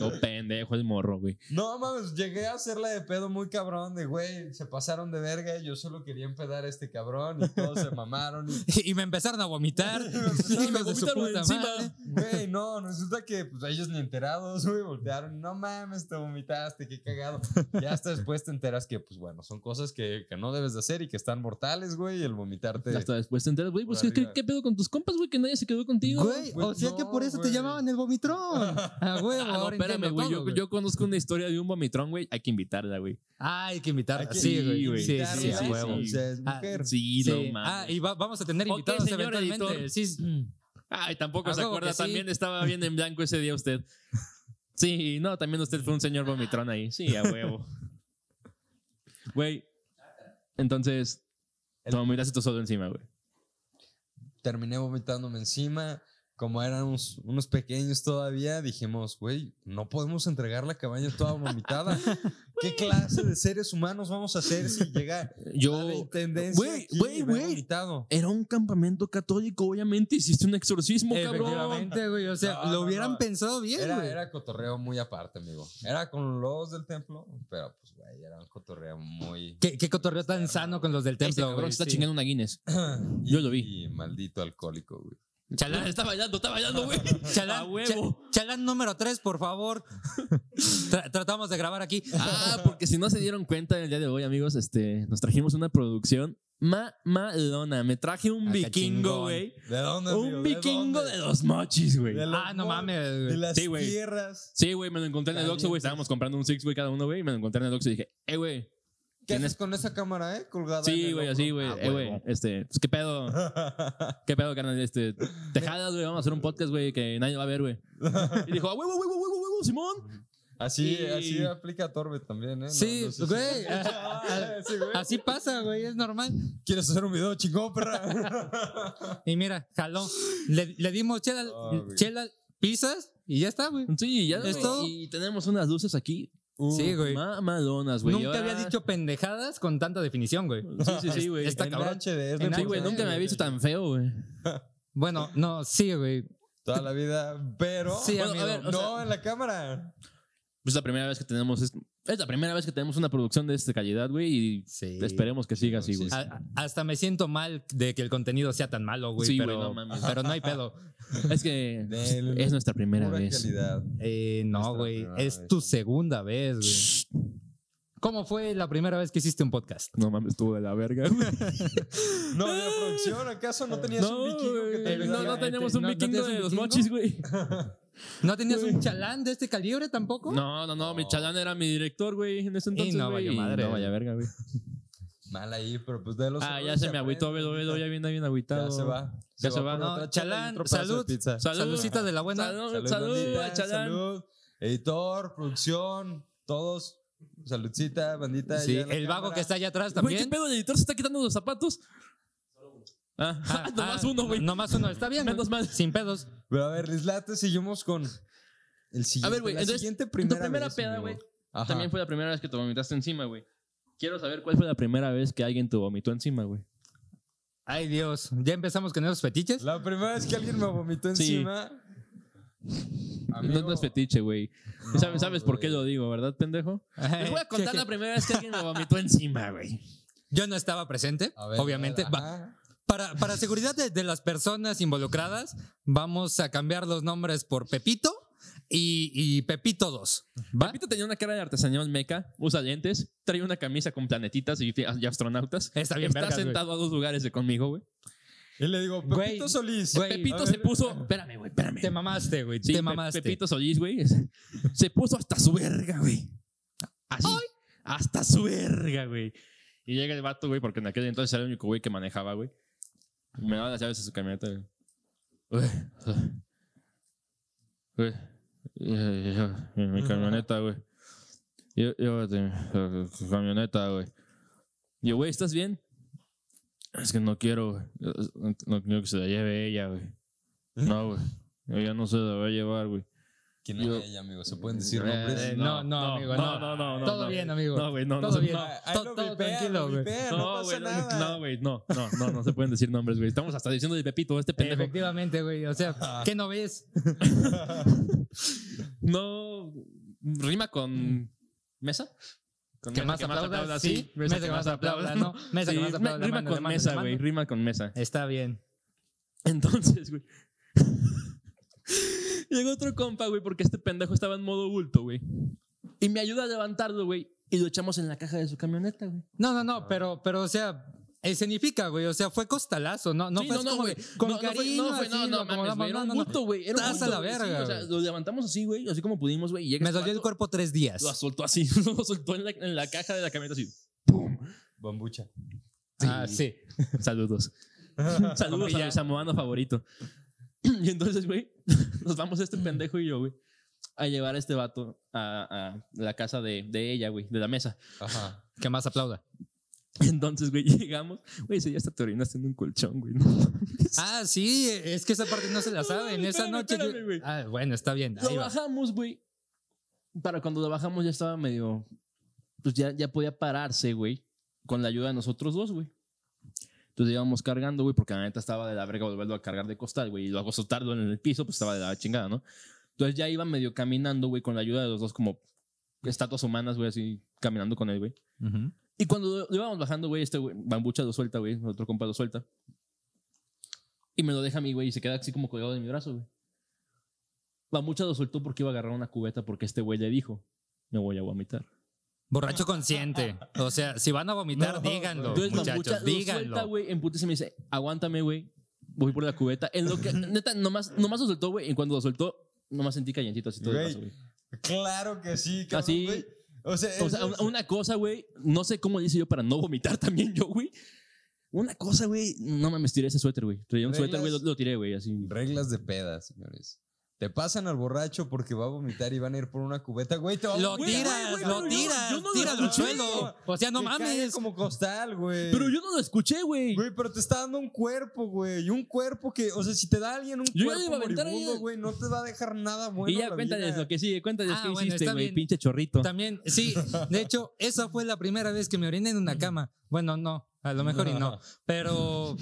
C: No pendejo el morro, güey.
A: No mames, llegué a hacerla de pedo muy cabrón, de güey, se pasaron de verga y yo solo quería empedar a este cabrón y todos se
B: [LAUGHS]
A: mamaron. Y,
B: Y me empezaron a vomitar.
A: empezaron
B: Hijos
C: a
B: de su
C: vomitar
B: puta
C: encima.
B: madre.
A: güey, no, resulta que pues, ellos ni enterados, güey, voltearon, no mames, te vomitaste, qué cagado. Ya hasta después te enteras que, pues bueno, son cosas que, que no debes de hacer y que están mortales, güey, y el vomitarte.
C: Hasta después te enteras, güey. Pues,
A: Por
C: ¿qué,
A: arriba.
C: qué pedo con tus compas, güey? Que nadie se quedó contigo.
B: Güey,
A: Güey,
B: o sea que
A: no,
B: por eso
A: güey.
B: te llamaban el vomitrón. A huevo,
C: Ah, no,
B: ahora
C: espérame,
B: entiendo
C: güey.
B: todo,
C: Yo, yo conozco una historia de un vomitrón, güey. Hay que invitarla, güey.
B: Ah, hay que invitar.
A: Hay que
B: Sí, güey. Sí, sí,
C: invitarla, sí,
B: a huevo.
A: O sea, es
B: Ah,
A: mujer.
C: Sí,
B: Sí.
C: no
B: Ah,
C: mames.
B: y va- vamos a tener
C: Ok,
B: invitados
C: señor
B: eventualmente.
C: editor.
B: Sí.
C: Ay, tampoco
B: A
C: se
B: huevo
C: acuerda.
B: que sí.
C: También estaba bien en blanco ese día usted. Sí, no, también usted fue un señor vomitrón ahí. Sí, a huevo. [LAUGHS] Güey, entonces,
A: El-
C: te vomitaste tú solo encima, güey.
A: terminé vomitándome encima. Como éramos unos pequeños todavía, dijimos, güey, no podemos entregar la cabaña toda
C: [LAUGHS]
A: vomitada. ¿Qué clase de seres humanos vamos a ser si llega a la
C: Yo,
A: intendencia?
C: Oh, Güey,
A: aquí y
C: güey,
A: ve
C: güey.
A: vomitado?
C: era un campamento católico, obviamente hiciste un exorcismo, cabrón.
B: Efectivamente, güey. O sea,
A: No,
B: lo
A: no,
B: hubieran
A: no.
B: pensado bien,
A: Era,
B: güey.
A: era cotorreo muy aparte, amigo. Era con los del templo, pero pues, güey, era un cotorreo muy.
B: ¿Qué, qué cotorreo tan sano con los del
C: Este
B: templo,
C: cabrón
B: güey.
C: se está
B: sí.
C: chingando una Guinness.
A: Y-
C: Yo lo vi.
A: Y maldito alcohólico, güey.
B: Chalán,
C: está bailando, está bailando,
B: [LAUGHS]
C: güey.
B: chalán,
C: A huevo.
B: cha- chalán número 3, por favor. [LAUGHS] Tra- tratamos de grabar aquí.
C: Ah, porque si no se dieron cuenta el día de hoy, amigos, este, nos trajimos una producción mamalona. Me traje un
B: Ah, qué
C: vikingo,
B: chingón.
C: güey.
A: ¿De dónde? amigo?
C: Un vikingo
A: dónde?
C: de los mochis, güey.
A: De los
B: Ah, no
A: mo-
B: mames,
A: De
B: güey.
A: las
C: Sí, güey.
A: tierras.
C: Sí, güey, me lo encontré en el Oxxo, güey.
A: Calientes.
C: Estábamos comprando un six, güey, cada uno, güey. Y me lo encontré en el Oxxo y dije, eh, güey.
A: ¿Qué
C: ¿Tienes-
A: haces con esa cámara, eh? Colgada. en
C: Sí,
A: el
C: güey,
A: hombro.
C: así, güey.
A: Ah,
C: Eh, güey,
A: huevo.
C: este, pues, qué
B: [LAUGHS]
C: pedo. ¿Qué pedo, carnal? Este, tejadas, güey, vamos a hacer un podcast, güey, que nadie va a ver, güey. Y dijo, "A huevo, huevo, huevo, huevo, Simón.
A: Así,
C: Y-
A: así aplica Torbe también, ¿eh?
B: Sí,
A: No- no sé si-
B: güey.
A: Ah, [LAUGHS] sí, güey.
B: Así pasa, güey, es normal.
A: ¿Quieres hacer un video chingón, [LAUGHS] perra?
B: Y mira, jaló. Le, le dimos chela,
A: Ah, güey.
B: chela, pisas y ya está, güey.
C: Sí, ya
B: ¿Esto?
C: güey, Y tenemos unas luces aquí.
B: Sí, güey.
C: Mamalonas, güey.
B: Nunca
C: Ahora-
B: había dicho pendejadas con tanta definición, güey.
C: Sí, sí, [LAUGHS] sí, güey.
B: Está
A: En
B: cabrón.
A: HD, es lo
B: En
C: Sí, güey,
A: importante,
C: nunca me había visto tan feo, güey.
B: Bueno, no, sí, güey.
A: Toda la vida, pero.
B: Sí,
C: Bueno, a
B: amigo.
C: ver, o
A: no
C: sea-
A: en la cámara.
C: Es la primera vez que tenemos. Es, es la primera vez que tenemos una producción de esta calidad, güey. Y
B: Sí.
C: esperemos que siga así, güey.
A: sí,
B: A- a- hasta me siento mal de que el contenido sea tan malo, güey.
C: Sí, güey,
B: pero,
C: no mames.
B: pero no hay pedo.
C: Es que
A: Del-
C: es nuestra primera
A: Pura
C: vez.
A: calidad.
B: Eh, no,
A: Nuestra
B: güey.
A: primera
B: Es
A: vez.
B: tu segunda vez, güey. ¿Cómo fue la primera vez que hiciste un podcast?
C: No mames, estuvo de la verga.
A: No, de la producción, ¿acaso no tenías un vikingo que te
B: güey,
A: ayudara?
C: no, no teníamos un
B: ¿No- no
C: vikingo
B: tienes
C: de
B: un
C: los
B: vikingo?
C: mochis, güey.
B: ¿No tenías un chalán de este calibre tampoco?
C: No, no, no, mi
A: No.
C: chalán era mi director, güey, en ese
B: Y
C: entonces,
B: no
C: güey,
B: valió
C: y
B: madre.
C: No vaya verga, güey.
A: Mal ahí, pero pues de los.
C: Ah, ya
A: errores
C: se me agüitó,
A: aprende,
C: Bedo, Bedo, ya viene bien agüitado.
A: Ya se va.
C: Ya se va.
A: por
B: No,
A: otra
B: Chalán,
A: y otro pedazo de
B: salud.
A: pizza.
C: Salud.
B: Saludcita de la buena.
C: Salud,
A: Salud,
C: salud,
A: bandita,
C: a chalán.
A: salud. Editor, producción, todos. Saludcita, bandita.
B: Sí,
A: ya en la
B: el vago
A: cámara.
B: que está allá atrás
C: Güey, ¿qué
B: también.
C: [LAUGHS] pedo? ¿El editor se está quitando los zapatos? Ah,
B: Ah,
C: [LAUGHS] nomás
B: ah,
C: uno, güey.
B: Nomás uno, está bien. güey.
C: Menos mal.
B: Sin pedos.
A: Pero a ver, les late, seguimos con el siguiente.
C: A ver, güey,
A: la
C: entonces,
A: siguiente
C: En tu
A: primera
C: primera
A: vez,
C: peda,
A: amigo.
C: güey,
A: Ajá.
C: también fue la primera vez que te vomitaste encima, güey. Quiero saber cuál fue la primera vez que alguien te vomitó encima, güey.
B: Ay, Dios. ¿Ya empezamos con esos fetiches?
A: La primera vez que alguien me vomitó
C: Sí.
A: encima.
C: No, no es fetiche, güey. ¿Sabes, sabes por qué
A: yo
C: lo digo, verdad, pendejo?
B: [LAUGHS]
C: Les voy a
B: Eh,
C: contar
B: Cheque.
C: la primera vez que alguien me vomitó encima, güey.
B: Yo no estaba presente, obviamente. Va- Para, para seguridad de, de las personas involucradas, vamos a cambiar los nombres por Pepito y, y Pepito 2. ¿Va?
C: Papito tenía una cara de artesanal meca, usa lentes, trae una camisa con planetitas y, y astronautas.
B: Está bien,
C: Está
B: vergas, güey.
C: sentado a dos lugares de conmigo, güey.
A: Y le digo, Pepito
B: Güey,
A: Solís.
B: güey,
A: a
C: Pepito
A: ver.
C: se puso. Espérame, güey, espérame.
B: Te mamaste, güey.
C: Sí,
B: te
C: Pe-
B: mamaste.
C: Pepito Solís, güey. Se puso hasta su verga, güey. Así. Hasta su verga, güey. Y llega el vato, güey, porque en aquel entonces era el único güey que manejaba, güey. Y Me daba las llaves de su camioneta, güey. Güey. Güey. eh, yo- Mi mi camioneta, güey. Yo- Llévate mi eh, camioneta, güey. Y yo, güey, ¿estás bien? Es que no quiero, güey. No, no quiero que se la lleve ella, güey. No, güey. Yo ya no se la voy a llevar, güey.
A: Que
C: Yo-
A: no ella, amigo, se pueden decir
C: Eh,
A: nombres.
B: eh, no, no, amigo, no.
C: No, no, no.
B: Todo
C: no,
B: bien,
C: güey.
B: amigo.
C: No, güey, no,
B: Todo
C: no.
B: bien.
C: No,
A: Ah, ahí
B: to-
A: lo
B: todo
A: vipea,
B: tranquilo,
A: lo
B: güey.
A: vipea, No,
C: no,
A: pasa
C: güey, no,
A: nada.
C: No, güey, no, no, no, no se pueden decir nombres, güey. Estamos hasta diciendo de Pepito, este pendejo. Ah.
B: Efectivamente, güey. O sea, ¿qué no ves?
C: No. Rima con. ¿Mesa? Con
B: Mm. Que
C: mesa,
B: más aplaudas,
C: sí.
B: sí. Mesa que más aplauda, no. Mesa que
C: Sí,
B: más
C: me-
B: aplauda,
C: Rima
B: mano,
C: con
B: mano,
C: mesa,
B: mano.
C: güey. Rima con mesa. [LAUGHS]
B: Está bien.
C: Entonces, güey. [LAUGHS] Llegó otro compa, güey, porque este pendejo estaba en modo bulto, güey. Y me ayuda a levantarlo, güey. Y lo echamos en la caja de su camioneta, güey.
B: No, no,
C: Ah.
B: no, pero, pero, o sea, escenifica, güey. O sea, fue costalazo, ¿no? No
C: Sí,
B: fue así como de, con
C: no, no fue-
B: cariño,
C: no, fue-
B: así,
C: no, no,
B: lo
C: mames,
B: acomodamos.
C: güey, era un
B: No, no, no.
C: bulto, güey, era un
B: Estás a
C: bulto,
B: la
C: güey, sí,
B: verga,
C: o sea,
B: güey.
C: lo levantamos así, güey, así como pudimos, güey. y llega
B: Me
C: este
B: dolió el
C: vato,
B: cuerpo tres días.
C: Lo soltó así, [LAUGHS] lo soltó en la, en la caja de la camioneta así. [LAUGHS]
A: Bambucha.
B: Ah, sí. [LAUGHS]
C: Saludos. Saludos a mi samoano favorito. [CLEARS THROAT] Y entonces, güey, [LAUGHS] nos vamos este pendejo y yo, güey, a llevar a este vato a, a la casa de, de ella, güey, de la mesa. [LAUGHS]
A: Ajá.
B: Que más aplauda.
C: Entonces, güey, [LAUGHS] llegamos. Güey, ese ya está te orinaste en un colchón, güey. ¿no?
B: Ah, sí, es que esa parte no se la saben.
C: Ay,
B: Esa
C: espérame,
B: noche. yo-
C: espérame, güey.
B: Ah, bueno, está bien.
C: Lo
B: ahí va.
C: bajamos, güey. Para cuando lo bajamos ya estaba medio. Pues ya, ya podía pararse, güey. Con la ayuda de nosotros dos, güey. Entonces íbamos cargando, güey, porque la neta estaba de la verga volverlo a cargar de costal, güey. Y luego soltarlo en el piso, pues estaba de la chingada, ¿no? Entonces ya iba medio caminando, güey, con la ayuda de los dos, como estatuas humanas, güey, así caminando con él, güey.
B: Ujú.
C: Y cuando lo- lo íbamos bajando, güey, este güey, bambucha lo suelta, güey, el otro compa lo suelta. Y me lo deja a mí, güey, y se queda así como colgado de mi brazo, güey. Bambucha lo soltó porque iba a agarrar una cubeta porque este güey le dijo, me voy a vomitar.
B: Borracho consciente. O sea, si van a vomitar,
A: No,
B: díganlo,
A: güey.
C: Entonces
B: Oh, muchachos,
C: Bambucha lo suelta,
B: díganlo.
C: güey, en puta y se me dice, aguántame, güey, voy por la cubeta. En lo que, [LAUGHS] neta, nomás, nomás lo soltó, güey, y cuando lo soltó, nomás sentí calientito así todo el
A: Güey,
C: brazo, güey.
A: Claro que sí, cabrón,
C: Así.
A: güey. O sea,
C: O sea,
A: eso
C: una,
A: es-
C: una cosa, güey, no sé cómo le hice yo para no vomitar [LAUGHS] también yo, güey. Una cosa, güey, no mames, tiré ese suéter, güey. Traía un suéter, güey, lo,
A: Reglas.
C: lo tiré, güey, así.
A: reglas de peda, señores. Te pasan al borracho porque va a vomitar y van a ir por una cubeta, güey. Te va a
B: Lo
A: vomitar,
B: tiras,
A: güey,
B: lo
A: pero yo-
B: tiras,
A: yo no lo
B: tiras al
A: escuché.
B: suelo. O sea, no
A: Que caiga
B: mames.
A: como costal, güey.
C: Pero yo no lo escuché, güey.
A: Güey, pero te está dando un cuerpo, güey. Y un cuerpo que, o sea, si te da alguien un
C: Yo ya le iba
A: cuerpo
C: a aventar
A: moribundo,
C: ahí.
A: güey, no te va a dejar nada bueno.
C: y ya
A: la
C: cuéntales
A: vida.
C: lo que sigue, cuéntales
B: Ah,
C: qué
B: bueno,
C: hiciste,
B: está
C: güey,
B: bien.
C: pinche chorrito.
B: También, sí, de hecho, esa fue la primera vez que me oriné en una cama. Bueno, no, a lo mejor y no. Pero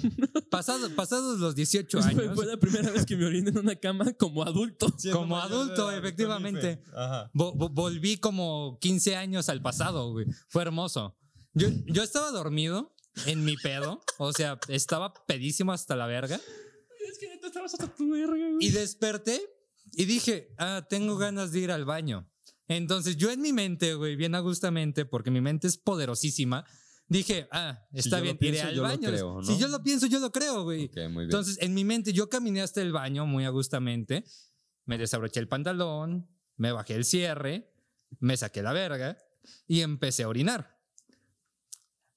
B: pasado- pasados los 18
C: Fue,
B: años,
C: fue la primera vez que me oriné en una cama como [LAUGHS] adulto.
A: Siendo
B: Como
A: mayor de
B: adulto,
A: edad,
B: efectivamente.
A: Tony Fe. Ajá.
B: Vo- vo- volví como 15 años al pasado, güey. Fue hermoso. Yo, yo estaba dormido en mi pedo. O sea, estaba pedísimo hasta la verga.
C: Es que neta estabas hasta tu verga, güey.
B: Y desperté y dije, ah, tengo ganas de ir al baño. Entonces yo en mi mente, güey, bien agustamente, porque mi mente es poderosísima, dije, ah,
A: Si yo
B: está
A: lo
B: bien, iré
A: pienso,
B: al
A: yo lo
B: baño.
A: creo,
B: Si
A: ¿no?
B: yo lo pienso, yo lo creo, güey.
A: Ok, muy bien. [LAUGHS]
B: Entonces, en mi mente, yo caminé hasta el baño muy agustamente, me desabroché el pantalón, me bajé el cierre, me saqué la verga y empecé a orinar.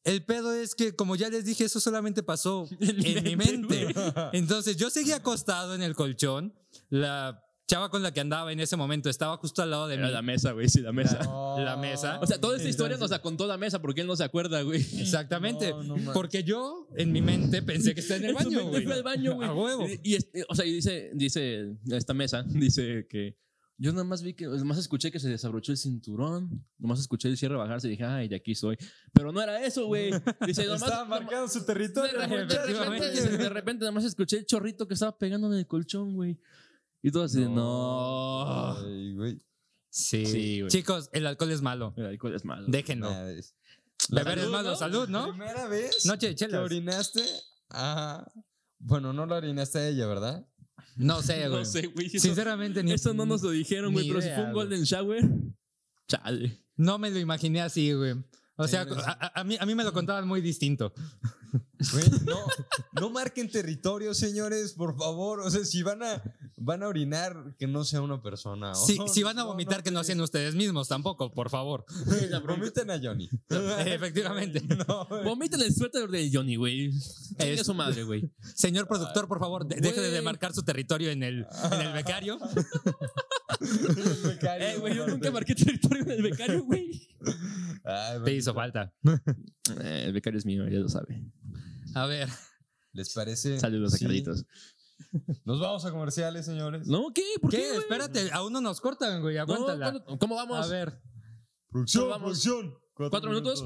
B: El pedo es que, como ya les dije, eso solamente
C: [LAUGHS]
B: pasó en mi mente. Entonces, yo seguí acostado en el colchón, la chava con la que andaba en ese momento estaba justo al lado de
C: Era
B: mí.
C: la mesa, güey, sí, la mesa.
B: La mesa.
C: O sea, toda
A: Entonces-
C: esta historia nos la contó la mesa porque él no se acuerda, güey.
B: Exactamente.
A: No, no mames.
B: Porque yo, en mi mente, pensé que estaba en el
C: [LAUGHS] En su
B: baño,
C: mente
B: güey.
C: fue al baño, güey.
B: A huevo.
A: Oh.
C: Y, y es- eh, o sea, y dice, dice esta mesa, [LAUGHS] dice que yo nada más vi que, nada más escuché que se desabrochó el cinturón, nada más escuché el cierre bajarse y dije, ay, de aquí soy. Pero no era eso, güey. Dice, nada
A: Estaba
C: más.
A: marcando su
C: [LAUGHS] De
A: territorio.
C: repente, de repente, dice, de repente nada más escuché el chorrito que estaba pegando en el colchón, güey. Y todo así, de, no.
A: Ay, güey.
B: Sí.
C: Sí, güey.
B: Chicos, el alcohol es malo.
C: El alcohol es malo.
B: Déjenlo.
A: Nada de eso.
B: Beber es
C: Salud,
B: malo.
C: ¿no?
B: Salud, ¿no?
A: Primera vez
B: Noche de
A: que
B: chelas.
A: orinaste. Ah, bueno, no la orinaste a ella, ¿verdad?
B: No sé, güey.
C: [LAUGHS] no sé, güey. Eso,
B: Sinceramente, ni,
C: eso no nos lo dijeron, güey.
B: ni
C: Pero si
B: idea,
C: fue un
B: güey.
C: Golden Shower, chale.
B: no me lo imaginé así, güey. O sea,
A: Sí, güey.
B: a, a- a mí, a mí me lo contaban muy distinto.
A: Güey, no, no marquen territorio, señores, por favor. O sea, si van a, van a orinar, que no sea una persona. Oh,
B: Si,
C: [LAUGHS]
A: O-
B: si van a vomitar, que no sean ustedes mismos tampoco, por favor.
A: [LAUGHS] Güey, Vomiten a Johnny.
B: Efectivamente.
A: [LAUGHS] No, güey.
C: Vomiten el suéter de Johnny, güey. Es
B: Es-
C: su madre, güey.
B: Señor productor, por favor, de- deje de
C: Güey.
B: demarcar su territorio en el, en el becario.
A: Becario,
C: Eh, güey, yo
A: aparte.
C: nunca marqué territorio del becario, güey.
A: Ay,
B: Te
A: güey,
B: hizo falta.
C: Eh, el becario es mío, ya lo sabe.
B: A ver,
A: ¿Les parece?
C: Saludos a
A: Sí.
C: Carlitos.
A: Nos vamos a comerciales, señores.
C: ¿No? ¿Qué? ¿Por qué?
B: ¿qué?
C: güey?
B: Espérate, aún no nos cortan, güey.
C: No,
B: Aguántala.
C: ¿cuándo- ¿Cómo vamos?
B: a ver,
A: Producción,
C: Vamos.
A: producción.
C: ¿Cuatro minutos?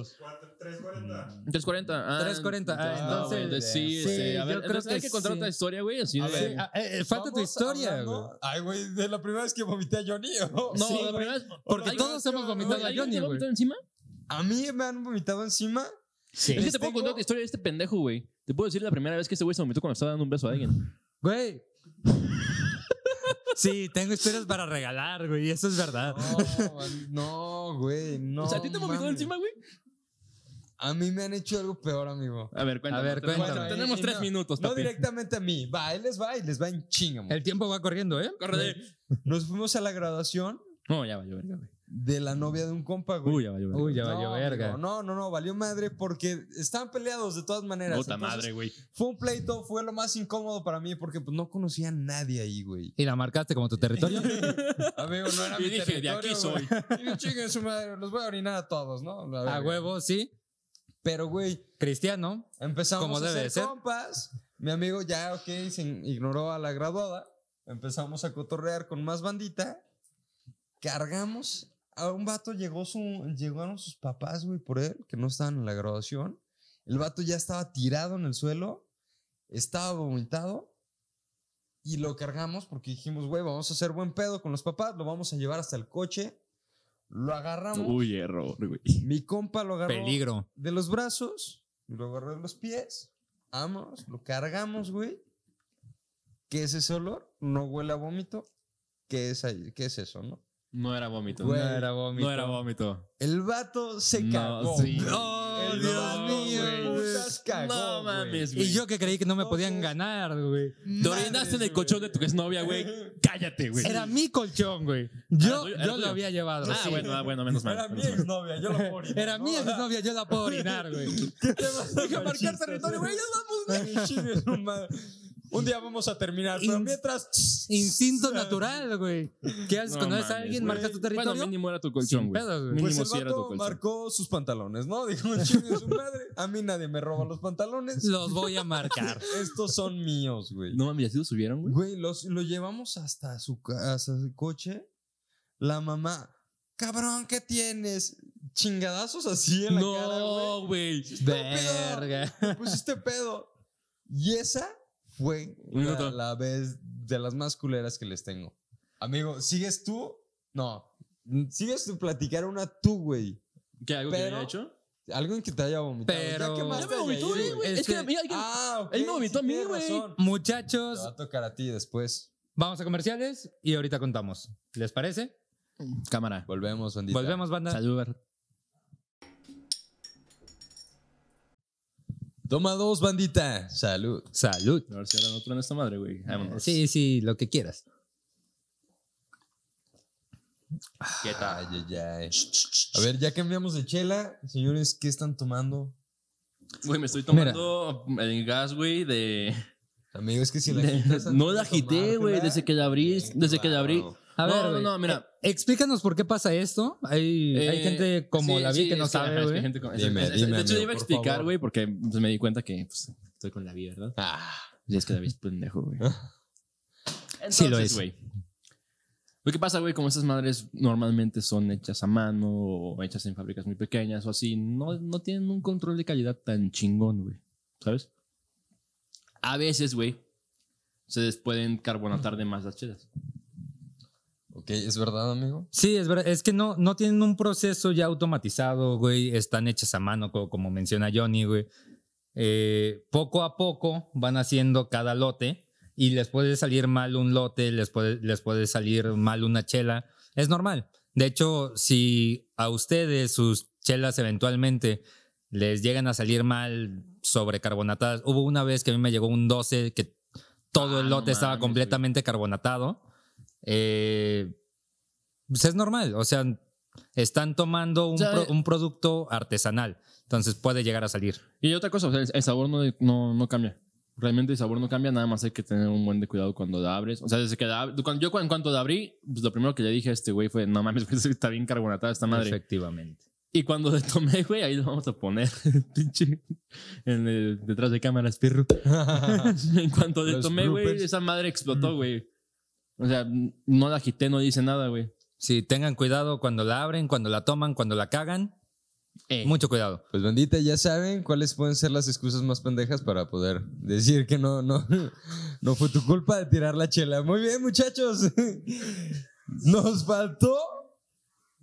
D: 340.
C: 3.40. Ah,
B: 3.40. Ah,
C: no,
B: entonces.
C: güey, entonces sí,
B: sí,
C: sí,
B: yo
C: A ver,
B: creo
C: entonces hay
B: que
C: que contar
B: sí.
C: otra historia, güey. Así
A: A
C: de-
A: ver.
B: Sí, ah, eh, falta tu
A: Vamos
B: historia,
A: hablando-
B: güey.
A: Ay, güey, de la primera vez que vomité a Johnny. ¿o?
C: No,
A: Sí,
C: la
A: güey.
C: primera vez-
B: Porque
A: Ay,
B: todos
A: güey,
B: hemos
A: güey,
B: vomitado a
C: ¿alguien
B: Johnny,
C: te va a
B: güey.
C: vomitar encima?
A: A mí me han vomitado encima.
B: Sí.
C: Es que
A: Les
C: te puedo
A: tengo-
C: contar la historia de este pendejo, güey. Te puedo decir la primera vez que este güey se vomitó cuando estaba dando un beso a alguien.
B: Güey. Sí, tengo historias para regalar, güey. Eso es verdad.
A: No, no, güey, no.
C: o sea, ¿a ti te vomitó
A: mames.
C: encima, güey?
A: A mí me han hecho algo peor, amigo.
C: A ver, cuéntame.
B: ver,
C: tenemos-
B: cuéntame.
C: Tenemos
A: y- y
C: tres
A: no-
C: minutos,
A: No
C: papi.
A: directamente a mí. Va, él les va y les va en chinga.
B: El
A: amor.
B: tiempo va corriendo, ¿eh?
C: Corre.
A: Nos fuimos a la graduación
C: No, ya valió verga, güey.
A: de la novia de un compa, güey.
C: Uy, ya valió verga.
B: Uy, ya valió
A: no,
B: verga.
A: amigo, no, no, no, valió madre porque estaban peleados de todas maneras.
C: Puta
A: Entonces,
C: madre, güey.
A: Fue un pleito, fue lo más incómodo para mí porque pues, no conocía a nadie ahí,
C: [LAUGHS]
A: güey.
B: ¿Y la marcaste como tu territorio?
A: Amigo, no era
C: Y
A: mi
C: dije, de aquí soy.
A: [LAUGHS] territorio, güey. Y chinguen su madre, los voy a orinar a todos, ¿no? La
B: [LAUGHS] A
A: verga.
B: huevo, sí.
A: Pero, güey,
B: Cristiano.
A: empezamos
B: Como
A: a
B: debe de
A: ser,
B: ser.
A: compas. Mi amigo ya, ok, se ignoró a la graduada. Empezamos a cotorrear con más bandita. Cargamos. A un vato llegó su, llegaron sus papás, güey, por él, que no estaban en la graduación. El vato ya estaba tirado en el suelo. Estaba vomitado. Y lo cargamos porque dijimos, güey, vamos a hacer buen pedo con los papás. Lo vamos a llevar hasta el coche. Lo agarramos.
C: Uy, error, güey.
A: Mi compa lo agarró
B: Peligro.
A: de los brazos, y lo agarré de los pies, vámonos, lo cargamos, güey. ¿Qué es ese olor? No huele a vómito. ¿Qué es, ahí? ¿Qué es eso, no?
C: No era vómito.
A: Güey,
B: vómito.
C: No era vómito.
A: El vato se
C: No,
A: cagó.
C: sí.
A: güey.
B: ¡Oh,
A: El
B: Dios
A: vato,
B: mío,
A: güey,
B: güey.
A: putas, cagó,
C: No
A: güey.
C: mames, güey.
B: Y yo que creí que no me podían
A: Entonces-
B: ganar, güey.
C: Te orinaste en el
A: Madres,
C: colchón de
A: güey.
C: tu exnovia, güey. [LAUGHS] Cállate, güey. Ah,
B: Era mi colchón, güey. Yo,
C: tuyo, era
B: yo lo
C: tuyo.
B: había llevado.
C: Ah,
B: sí.
C: bueno, ah, bueno, menos mal.
A: Era mi
C: menos mal.
A: exnovia, yo la puedo orinar,
B: Era
A: ¿no?
B: mi
A: O sea,
B: exnovia, yo la puedo orinar, güey.
A: [LAUGHS] Deja marcar territorio, güey, ya vamos, [LAUGHS] güey. Chingue su madre. Un día vamos a terminar, pero
B: In-
A: mientras...
B: Instinto natural, güey. ¿Qué haces
C: No
B: cuando ves a
C: mames,
B: alguien?
C: güey.
B: Marcas tu territorio.
C: Bueno, mínimo era tu colchón,
B: Sin
C: güey.
B: pedos, güey.
C: Mínimo
A: Pues el
C: sí era tu
A: vato
C: colchón.
A: marcó sus pantalones, ¿no? Dijo, chingue su madre, a mí nadie me roba los pantalones.
B: [LAUGHS] Los voy a marcar.
A: [LAUGHS] Estos son míos, güey.
C: No mames, ¿así lo subieron, güey?
A: Güey, los, lo llevamos hasta su, ca- hasta su coche. La mamá, cabrón, ¿qué tienes? Chingadazos así en la cara, güey.
C: No, güey.
B: Verga.
A: Me pusiste pedo. Y esa fue
C: Un
A: la,
C: minuto.
A: la vez de las más culeras que les tengo. Amigo, ¿sigues tú? No. ¿Sigues tú platicar una tú, güey?
C: ¿Qué, algo que
A: Pero-
C: había hecho?
A: Alguien que te haya vomitado.
B: Pero-
A: que más
B: Ya
A: te
C: me
A: haya
C: vomitó,
A: ido,
C: güey. Este,
B: güey.
C: Es que a mí alguien...
A: Ah, ok.
C: Él me vomitó a mí,
A: tienes
C: güey.
A: razón. Te
B: Muchachos,
A: va a tocar a ti después.
B: vamos a comerciales y ahorita contamos. ¿Les parece?
C: Cámara.
A: Volvemos, bandita.
B: Volvemos, banda.
C: Salud.
A: Toma dos, bandita. Salud.
B: Salud.
C: A ver si ahora otro en esta madre, güey. Vámonos.
B: Sí, sí, lo que quieras.
C: ¿Qué tal?
A: Ay, ay, ay. A ver, ya cambiamos de chela. Señores, ¿qué están tomando?
C: Güey, me estoy tomando el gas, güey, de...
A: Amigo, es que
C: [LAUGHS]
A: si la agitas antes
C: No
A: de
C: la agité, güey,
A: tomártela,
C: desde que la abrí,
A: bien
C: desde que la abrí.
A: clavado.
B: A
C: No,
B: ver,
C: no,
B: güey,
C: no, mira.
B: eh, explícanos por qué pasa esto. Hay, hay
C: Eh,
B: gente como
C: sí,
B: la vi
C: sí,
B: que no
C: es ajá,
B: sabe,
C: es que
B: güey.
C: gente con-
A: Dime,
C: es- es-
A: dime,
C: De hecho,
A: amigo,
C: yo iba a
A: por
C: explicar,
A: favor.
C: güey, porque pues, me di cuenta que pues, estoy con la vi, ¿verdad?
A: Ah,
C: Y es que David es pendejo, güey.
B: Sí lo
C: Entonces,
B: es.
C: güey. Lo que pasa, güey, como esas madres normalmente son hechas a mano o hechas en fábricas muy pequeñas o así, no, no tienen un control de calidad tan chingón, güey. ¿Sabes? A veces, güey, se les pueden carbonatar de más las chelas.
A: ok, es verdad, amigo.
C: [LAUGHS]
B: Sí, es verdad. Es que no, no tienen un proceso ya automatizado, güey. Están hechas a mano, co- como menciona Johnny, güey. Eh, poco a poco van haciendo cada lote y les puede salir mal un lote, les puede, les puede salir mal una chela. Es normal. De hecho, si a ustedes sus chelas eventualmente les llegan a salir mal sobrecarbonatadas, hubo una vez que a mí me llegó un 12 que todo
C: Ah,
B: el
C: no
B: lote estaba
C: mames, güey.
B: completamente carbonatado. Eh, pues es normal, o sea, están tomando un,
C: O sea,
B: pro-
C: eh.
B: un producto artesanal, entonces puede llegar a salir.
C: Y hay otra cosa, o sea, el, el sabor no, no, no cambia. Realmente el sabor no cambia, nada más hay que tener un buen de cuidado cuando la abres. O sea, desde que la ab- cuando- yo cu- en cuanto la abrí, pues, lo primero que le dije a este güey fue, no mames, [LAUGHS] güey, está bien carbonatada esta madre.
B: Efectivamente.
C: Y cuando le tomé, güey, ahí lo vamos a poner, [LAUGHS] pinche, en el- detrás de cámaras, perro. [LAUGHS]
A: Pues,
C: en cuanto le
A: Los
C: tomé, güey,
A: bloopers. Mm.
C: esa madre explotó, güey. O sea, n- no la agité, no dice nada, güey.
B: Sí, tengan cuidado cuando la abren, cuando la toman, cuando la cagan.
C: Eh,
B: Mucho cuidado.
A: Pues bandita, ya saben cuáles pueden ser las excusas más pendejas para poder decir que no, no, [LAUGHS] no fue tu culpa de tirar la chela. Muy bien, muchachos. [LAUGHS] Nos faltó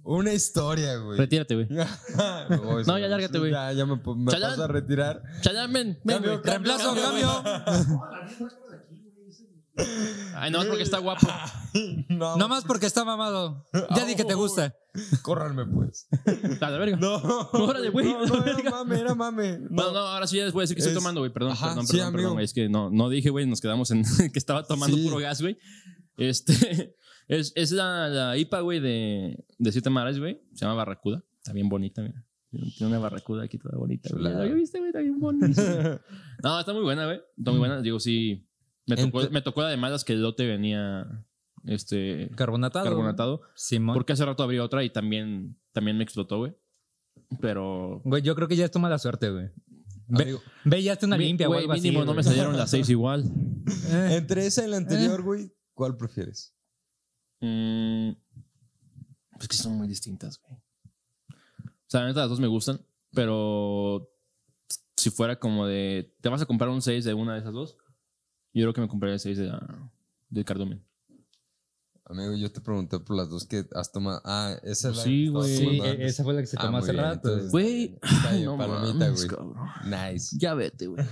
A: una historia, güey. [LAUGHS]
C: Retírate, güey.
A: Me voy,
C: No, ya
A: señores.
C: lárgate, güey.
A: Ya, ya me, po- me
C: Chalán.
A: paso a retirar.
C: Chalamen, ven,
A: Cambio,
C: güey.
A: cambio,
B: Reemplazo,
A: güey.
B: cambio.
C: Ay, no, porque
A: [LAUGHS]
C: está guapo.
A: [LAUGHS]
C: Oh,
A: No,
B: No más porque está
C: [LAUGHS]
B: mamado. Ya di que te gusta.
A: córranme, pues.
C: A la
A: [LAUGHS]
C: verga.
A: No.
C: Órale, güey,
A: No,
C: la
A: no, era
C: [LAUGHS] verga.
A: mame, era mame. No.
C: Bueno, no, ahora sí ya les voy a decir que estoy
A: Es-
C: tomando, güey. Perdón,
A: Ajá,
C: perdón,
A: sí,
C: perdón,
A: amigo.
C: perdón, güey. Es que no, no dije, güey, nos quedamos en [LAUGHS] que estaba tomando
A: Sí.
C: puro gas, güey. Este, [LAUGHS] es, es la, la IPA, güey, de, de Siete Mares, güey. Se llama Barracuda. Está bien bonita, mira. Tiene tiene una barracuda aquí toda bonita, güey.
A: Chulada.
C: ¿La viste, güey? Está
A: [LAUGHS]
C: bien bonita. no, está muy buena, güey. Está muy buena. Digo, sí. Me tocó,
A: Ente-
C: me tocó además las que el lote venía este,
B: Carbonatado.
C: carbonatado.
B: Simón.
C: Porque hace rato abrí otra y también, también me explotó, güey. Pero
B: Güey, yo creo que ya es tu mala suerte, güey. Ve,
A: Amigo,
B: ve ya hazte una
C: Mi-
B: limpia o
C: güey,
B: algo así,
C: mínimo no
B: güey. [LAUGHS]
C: me salieron las [LAUGHS] seis igual.
B: Eh,
A: entre esa y la
C: Eh.
A: anterior, güey, ¿cuál prefieres?
C: Mm, pues que son muy distintas, güey. O sea, la neta, las dos me gustan, pero si fuera como de. ¿Te vas a comprar un 6 de una de esas dos? Yo creo que me compraría el 6 de la, del cardumen.
A: Amigo, yo te pregunté por las dos que has tomado. Ah, esa es la
C: Sí,
A: que estabas
C: güey.
B: Sí,
A: tomando
B: e-
A: antes.
B: esa fue la que se
A: Ah,
B: tomó
A: muy
B: hace
A: bien,
B: rato.
A: entonces, eh,
C: Güey,
A: está bien,
C: [LAUGHS] no
A: palomita,
C: mames,
A: güey.
C: cabrón.
A: Nice.
C: Ya
A: [LAUGHS]
C: vete, güey.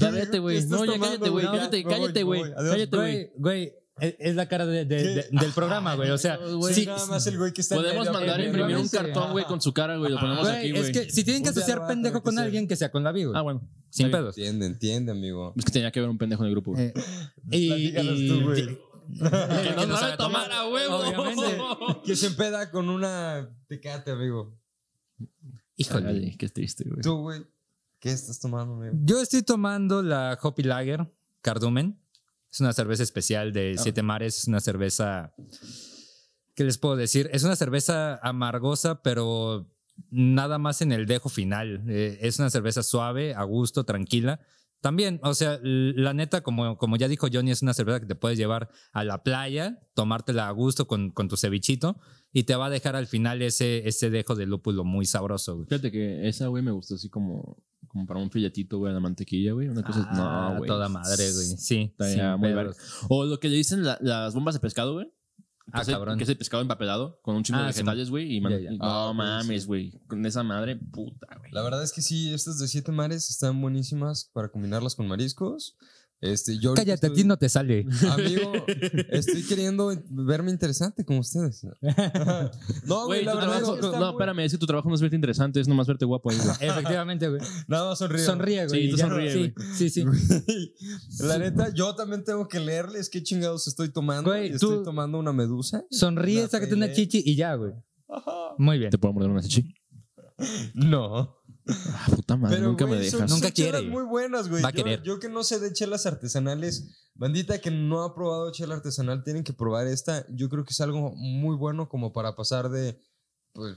C: Ya vete, güey. No, ya cállate, güey. Cállate, cállate, güey. Cállate, güey.
B: Güey, güey, es es la cara de- de-
A: ¿Qué?
B: de- del programa, güey. O sea,
C: no, güey.
B: sí,
A: nada más el güey que está en
C: Podemos
A: medio,
C: mandar a
A: güey,
C: imprimir un
A: mames.
C: cartón, güey, con su cara, güey. Lo ponemos
B: güey,
C: aquí,
B: es
C: güey.
B: que si tienen que
A: Un día
B: asociar
A: va a tener
B: pendejo
A: que
B: con
A: ser.
B: alguien, que sea con la vi, güey.
C: Ah, bueno.
B: Sin
C: está bien.
B: pedos.
A: Entiende, entiende, amigo.
C: Es que tenía que haber un pendejo en el grupo, güey.
B: Eh, Y,
A: Platícanos
B: y-
A: tú, güey.
B: que no
C: sabe
B: sabe tomar, obviamente.
A: Que se empeda con una tecate, amigo.
B: Híjole.
C: Híjole, qué triste, güey.
A: Tú, güey, ¿qué estás tomando, amigo?
B: Yo estoy tomando la Hopi Lager Cardumen. Es una cerveza especial de
C: Ah.
B: Siete Mares. Es una cerveza. ¿Qué les puedo decir? Es una cerveza amargosa, pero nada más en el dejo final. Eh, es una cerveza suave, a gusto, tranquila. También, o sea, l- la neta, como, como ya dijo Johnny, es una cerveza que te puedes llevar a la playa, tomártela a gusto con, con tu cevichito y te va a dejar al final ese, ese dejo de lúpulo muy sabroso. güey.
C: Fíjate que esa, güey, me gustó así como, como para un filletito, güey, a la mantequilla, güey. Una cosa.
B: Ah,
C: no, güey.
B: Toda madre, güey. Sí.
C: Estaría
B: sin
C: muy
B: pedos.
C: O lo que le dicen la- las bombas de pescado, güey. Que
B: Ah,
C: es el-
B: cabrón.
C: Que es el pescado empapelado con un chingo
B: Ah,
C: de
B: sí,
C: vegetales, güey. y man-
B: Ya, ya.
C: y- No
A: Ah, güey,
C: mames,
A: sí.
C: güey. Con esa madre, puta, güey.
A: La verdad es que sí, estas de siete mares están buenísimas para combinarlas con mariscos. Este, yo ahorita
B: Cállate, a ti
A: estoy-
B: no te sale.
A: Amigo, estoy queriendo verme interesante como
B: [LAUGHS]
A: ustedes. No, güey,
C: Güey,
A: la
C: tu
A: verdad es
C: trabajo.
A: que está
C: No,
A: muy-
C: espérame, es que tu trabajo no es verte interesante, es nomás verte guapo ahí, güey.
B: [LAUGHS] Efectivamente, güey.
A: Nada más sonrío.
B: Sonríe, güey.
C: Sí, tú
B: ya.
C: sonríe,
B: sí, sí, sí.
A: Güey, La neta, yo también tengo que leerles qué chingados estoy tomando.
B: Güey,
A: estoy
B: tú-
A: tomando una medusa.
B: [LAUGHS] Sonríe,
A: La
B: sácate una
A: pele.
B: chichi y ya, güey. Muy bien.
C: Te puedo morder una chichi.
A: No.
C: Ah, puta madre,
A: Pero,
C: nunca me
A: güey, son-
C: dejas.
A: son
B: Nunca
A: chelas
B: quiere.
A: muy buenas, güey.
B: Va a
A: yo,
B: querer.
A: yo que no sé de chelas artesanales, bandita que no ha probado chela artesanal, tienen que probar esta. Yo creo que es algo muy bueno como para pasar de, pues,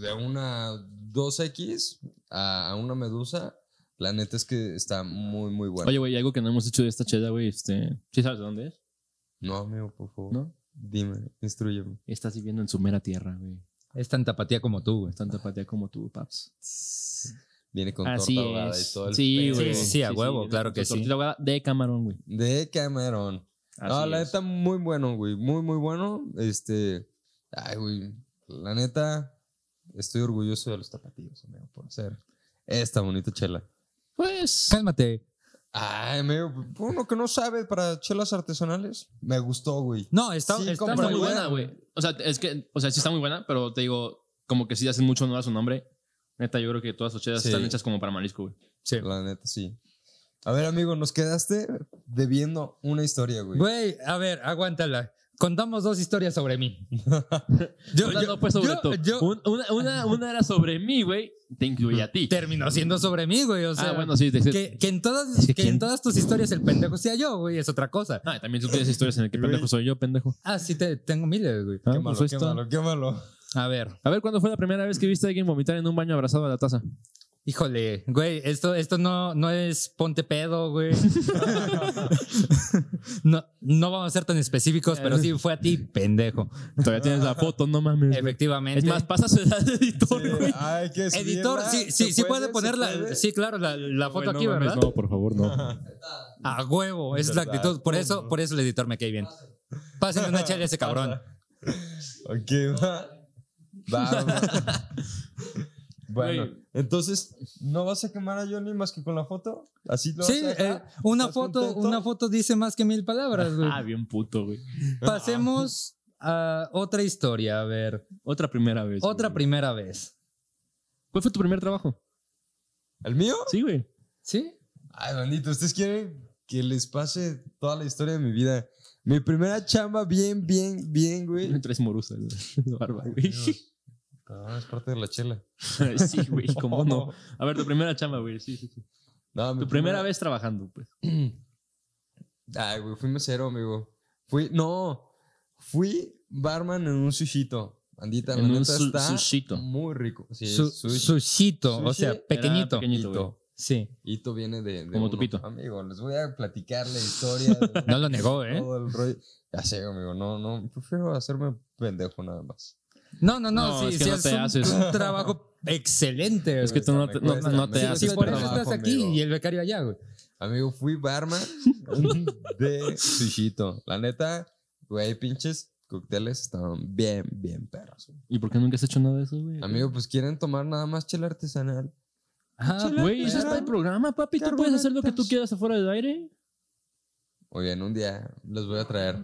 A: de una 2X a, a una medusa. La neta es que está muy, muy buena.
C: Oye, güey, algo que no hemos dicho de esta chela, güey, este... ¿Sí sabes de dónde es?
A: No, amigo, por favor.
C: ¿No?
A: Dime, instruyeme.
C: Estás viviendo en su mera tierra, güey.
B: Es tan tapatía como tú, güey.
C: Tanta patía como tú, paps.
A: Viene con
C: Así
A: torta ahogada
C: es.
A: y todo el
C: Sí,
A: pedo.
C: güey.
B: Sí, sí, sí, a huevo, claro que
C: Su
B: sí.
C: tortilla ahogada de camarón, güey.
A: De Cameron. No,
C: Así
A: la
C: es.
A: neta, muy bueno, güey. Muy, muy bueno. Este. Ay, güey. La neta, estoy orgulloso de los tapatíos, amigo, por hacer esta bonita chela.
C: Pues...
B: Cálmate.
A: Ay, amigo, uno que no sabe para chelas artesanales. Me gustó, güey.
B: No, está,
A: Sí,
B: está
A: compra,
C: Está muy
B: muy buena.
C: buena, güey. O sea, es que... O sea, sí está muy buena, pero te digo... Como que sí hacen mucho honor a su nombre. Neta, yo creo que todas sus chelas
A: Sí.
C: están hechas como para marisco, güey.
B: Sí.
A: La neta, sí. A ver, amigo, nos quedaste debiendo una historia, güey.
B: Güey, a ver, aguántala. Contamos dos historias sobre
C: [LAUGHS]
B: mí. Yo,
C: Una
B: yo-
C: no fue sobre
B: yo-
C: todo.
B: yo-
C: Un- una, una- una era sobre mí, güey. Te incluí a ti.
B: terminó siendo sobre mí, güey. O sea,
C: ah, bueno, sí. Te,
B: que, que en todas,
C: Es que
B: que
C: quién-
B: en todas tus historias el pendejo sea yo, güey, es otra cosa.
C: Ah, también tú tienes historias en el que
A: Güey.
C: pendejo soy yo, pendejo.
B: Ah, sí, te, tengo miles, güey.
C: Ah,
A: qué
C: pues
A: malo,
C: ahí
A: qué
C: está.
A: malo, qué
B: [LAUGHS]
A: malo.
B: A ver,
C: A ver, ¿cuándo fue la primera vez que viste a alguien vomitar en un baño abrazado a la taza?
B: híjole, güey, esto, esto no, no es ponte pedo,
C: [LAUGHS]
B: güey. no, no vamos a ser tan específicos, pero sí fue a ti, pendejo.
C: Todavía tienes la foto, no mames. güey.
B: Efectivamente.
C: Es más, pasa su edad de editor,
A: Sí,
C: güey.
A: hay que
B: Editor,
A: subirla.
B: sí,
A: ¿Se
B: sí, sí puede
A: ¿Se
B: ponerla.
A: puede? Ah,
B: Sí, claro, la, la foto
C: Güey, no
B: aquí,
C: mames,
B: ¿verdad?
C: No, por favor, no. Ah,
B: A huevo, esa es la
A: ¿Verdad?
B: actitud. Por eso, por eso el editor me cae bien. Pásenle una chela a ese cabrón.
A: Ok, va. Va,
C: [LAUGHS]
A: va. bueno,
C: Güey.
A: entonces, ¿no vas a quemar a Johnny más que con la foto? Así lo
B: Sí,
A: vas a
B: eh,
A: dejar?
B: una
A: ¿Estás
B: foto,
A: contento?
B: una foto dice más que mil palabras, güey.
C: Ah, bien puto, güey.
A: ah,
B: Pasemos a otra historia, a ver.
C: Otra primera vez.
B: Otra
C: güey.
B: primera vez.
C: ¿Cuál fue tu primer trabajo?
A: ¿El mío?
C: Sí, güey.
B: ¿Sí?
A: Ay, bandito, ustedes quieren que les pase toda la historia de mi vida. Mi primera chamba, bien, bien, bien, güey.
C: Tres morusas. güey. [LAUGHS] Barba, güey.
A: No, es parte de la chela.
C: Sí, güey, [LAUGHS]
A: [LAUGHS]
C: cómo no. A ver, tu primera chamba, güey. Sí, sí, sí.
A: No, mi
C: Tu primera vez trabajando, pues.
A: Ay, güey, fui mesero, amigo. Fui, no, fui barman en un sushito. Andita,
C: En
A: la
C: un
A: neta
C: su-
A: está
C: sushito.
A: muy rico. Sí,
B: Su-
A: sushi.
B: sushito, o
A: Sushi
B: sea,
A: era
B: pequeñito.
C: pequeño. Pequeñito,
A: Hito.
C: güey.
B: Sí.
A: Hito viene de, de
C: Como tu
A: uno.
C: pito.
A: Amigo, les voy a platicar la historia.
C: [LAUGHS]
A: de
B: No lo negó, ¿eh?
A: todo el rollo. Ya sé, amigo, no, no, prefiero hacerme pendejo nada más.
B: No, no, no,
C: No,
B: sí,
C: es que
B: sí,
C: no
B: es
C: te
B: un,
C: haces.
B: un [LAUGHS] trabajo excelente.
C: Es que
B: güey. Pues,
C: tú no
A: Me
C: te, no-
A: cuesta,
C: no te
A: me
B: Sí,
A: haces
B: sí,
C: haces
B: por eso
A: trabajo,
B: estás aquí
A: amigo.
B: y el becario allá, güey.
A: Amigo, fui
C: [LAUGHS]
A: barman de sushito. La neta, güey, pinches cócteles estaban bien, bien perros. güey.
C: ¿Y por qué nunca has hecho nada de eso, güey?
A: Amigo, pues quieren tomar nada más chela artesanal.
B: Ah,
C: Güey,
A: Chela,
C: ese está el programa, papi. Tú puedes hacer lo que tú quieras afuera del aire.
A: Oye, en un día les voy a traer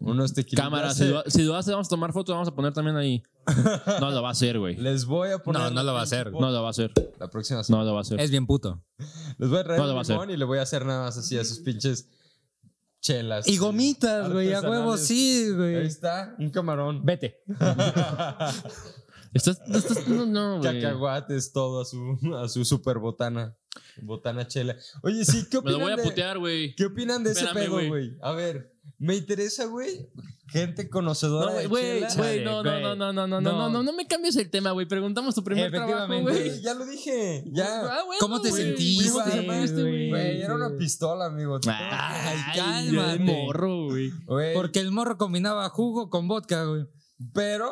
A: unos tequilitas.
C: Cámara, si lo, si lo hace, vamos a tomar foto, vamos a poner también ahí. No lo va a
A: [LAUGHS]
C: hacer, güey.
A: Les voy a poner.
B: No, no lo va a hacer.
C: No lo va a hacer.
A: La próxima semana.
C: No lo va a hacer.
B: es bien puto.
A: Les voy a traer
C: No lo
A: un
C: va a hacer.
A: limón y le voy a hacer nada más así a sus pinches chelas.
B: Y gomitas, güey, a huevo,
A: Artesanales.
B: sí,
A: Ahí
B: güey.
A: está, un
C: [LAUGHS]
A: camarón.
B: Vete.
C: Estás, estás- no, no, güey.
A: Cacahuates, todo a su, a su super botana. Botana chela. Oye, sí, ¿qué
C: [LAUGHS] Me
A: opinan,
C: lo voy a
A: de,
C: putear, güey.
A: ¿qué opinan de ese
C: Espérame,
A: pedo,
C: güey.
A: güey? A ver, me interesa, güey. Gente conocedora
C: No, güey,
A: de
C: güey,
A: chela.
C: güey, no, no,
B: Chale,
C: no, no, no, no, no,
B: No.
C: no, no, no me cambies el tema, güey. Preguntamos tu primer trabajo,
B: Efectivamente.
A: Güey,
C: güey.
A: ya lo dije. Ya.
C: Ah, bueno,
B: ¿Cómo te
C: güey.
B: sentiste,
C: ¿Cómo te sentiste,
B: güey?
A: Güey, era una pistola, amigo.
C: Ay,
B: cálmate.
C: el morro, güey.
A: Güey,
B: Porque el morro combinaba jugo con vodka, güey.
A: Pero,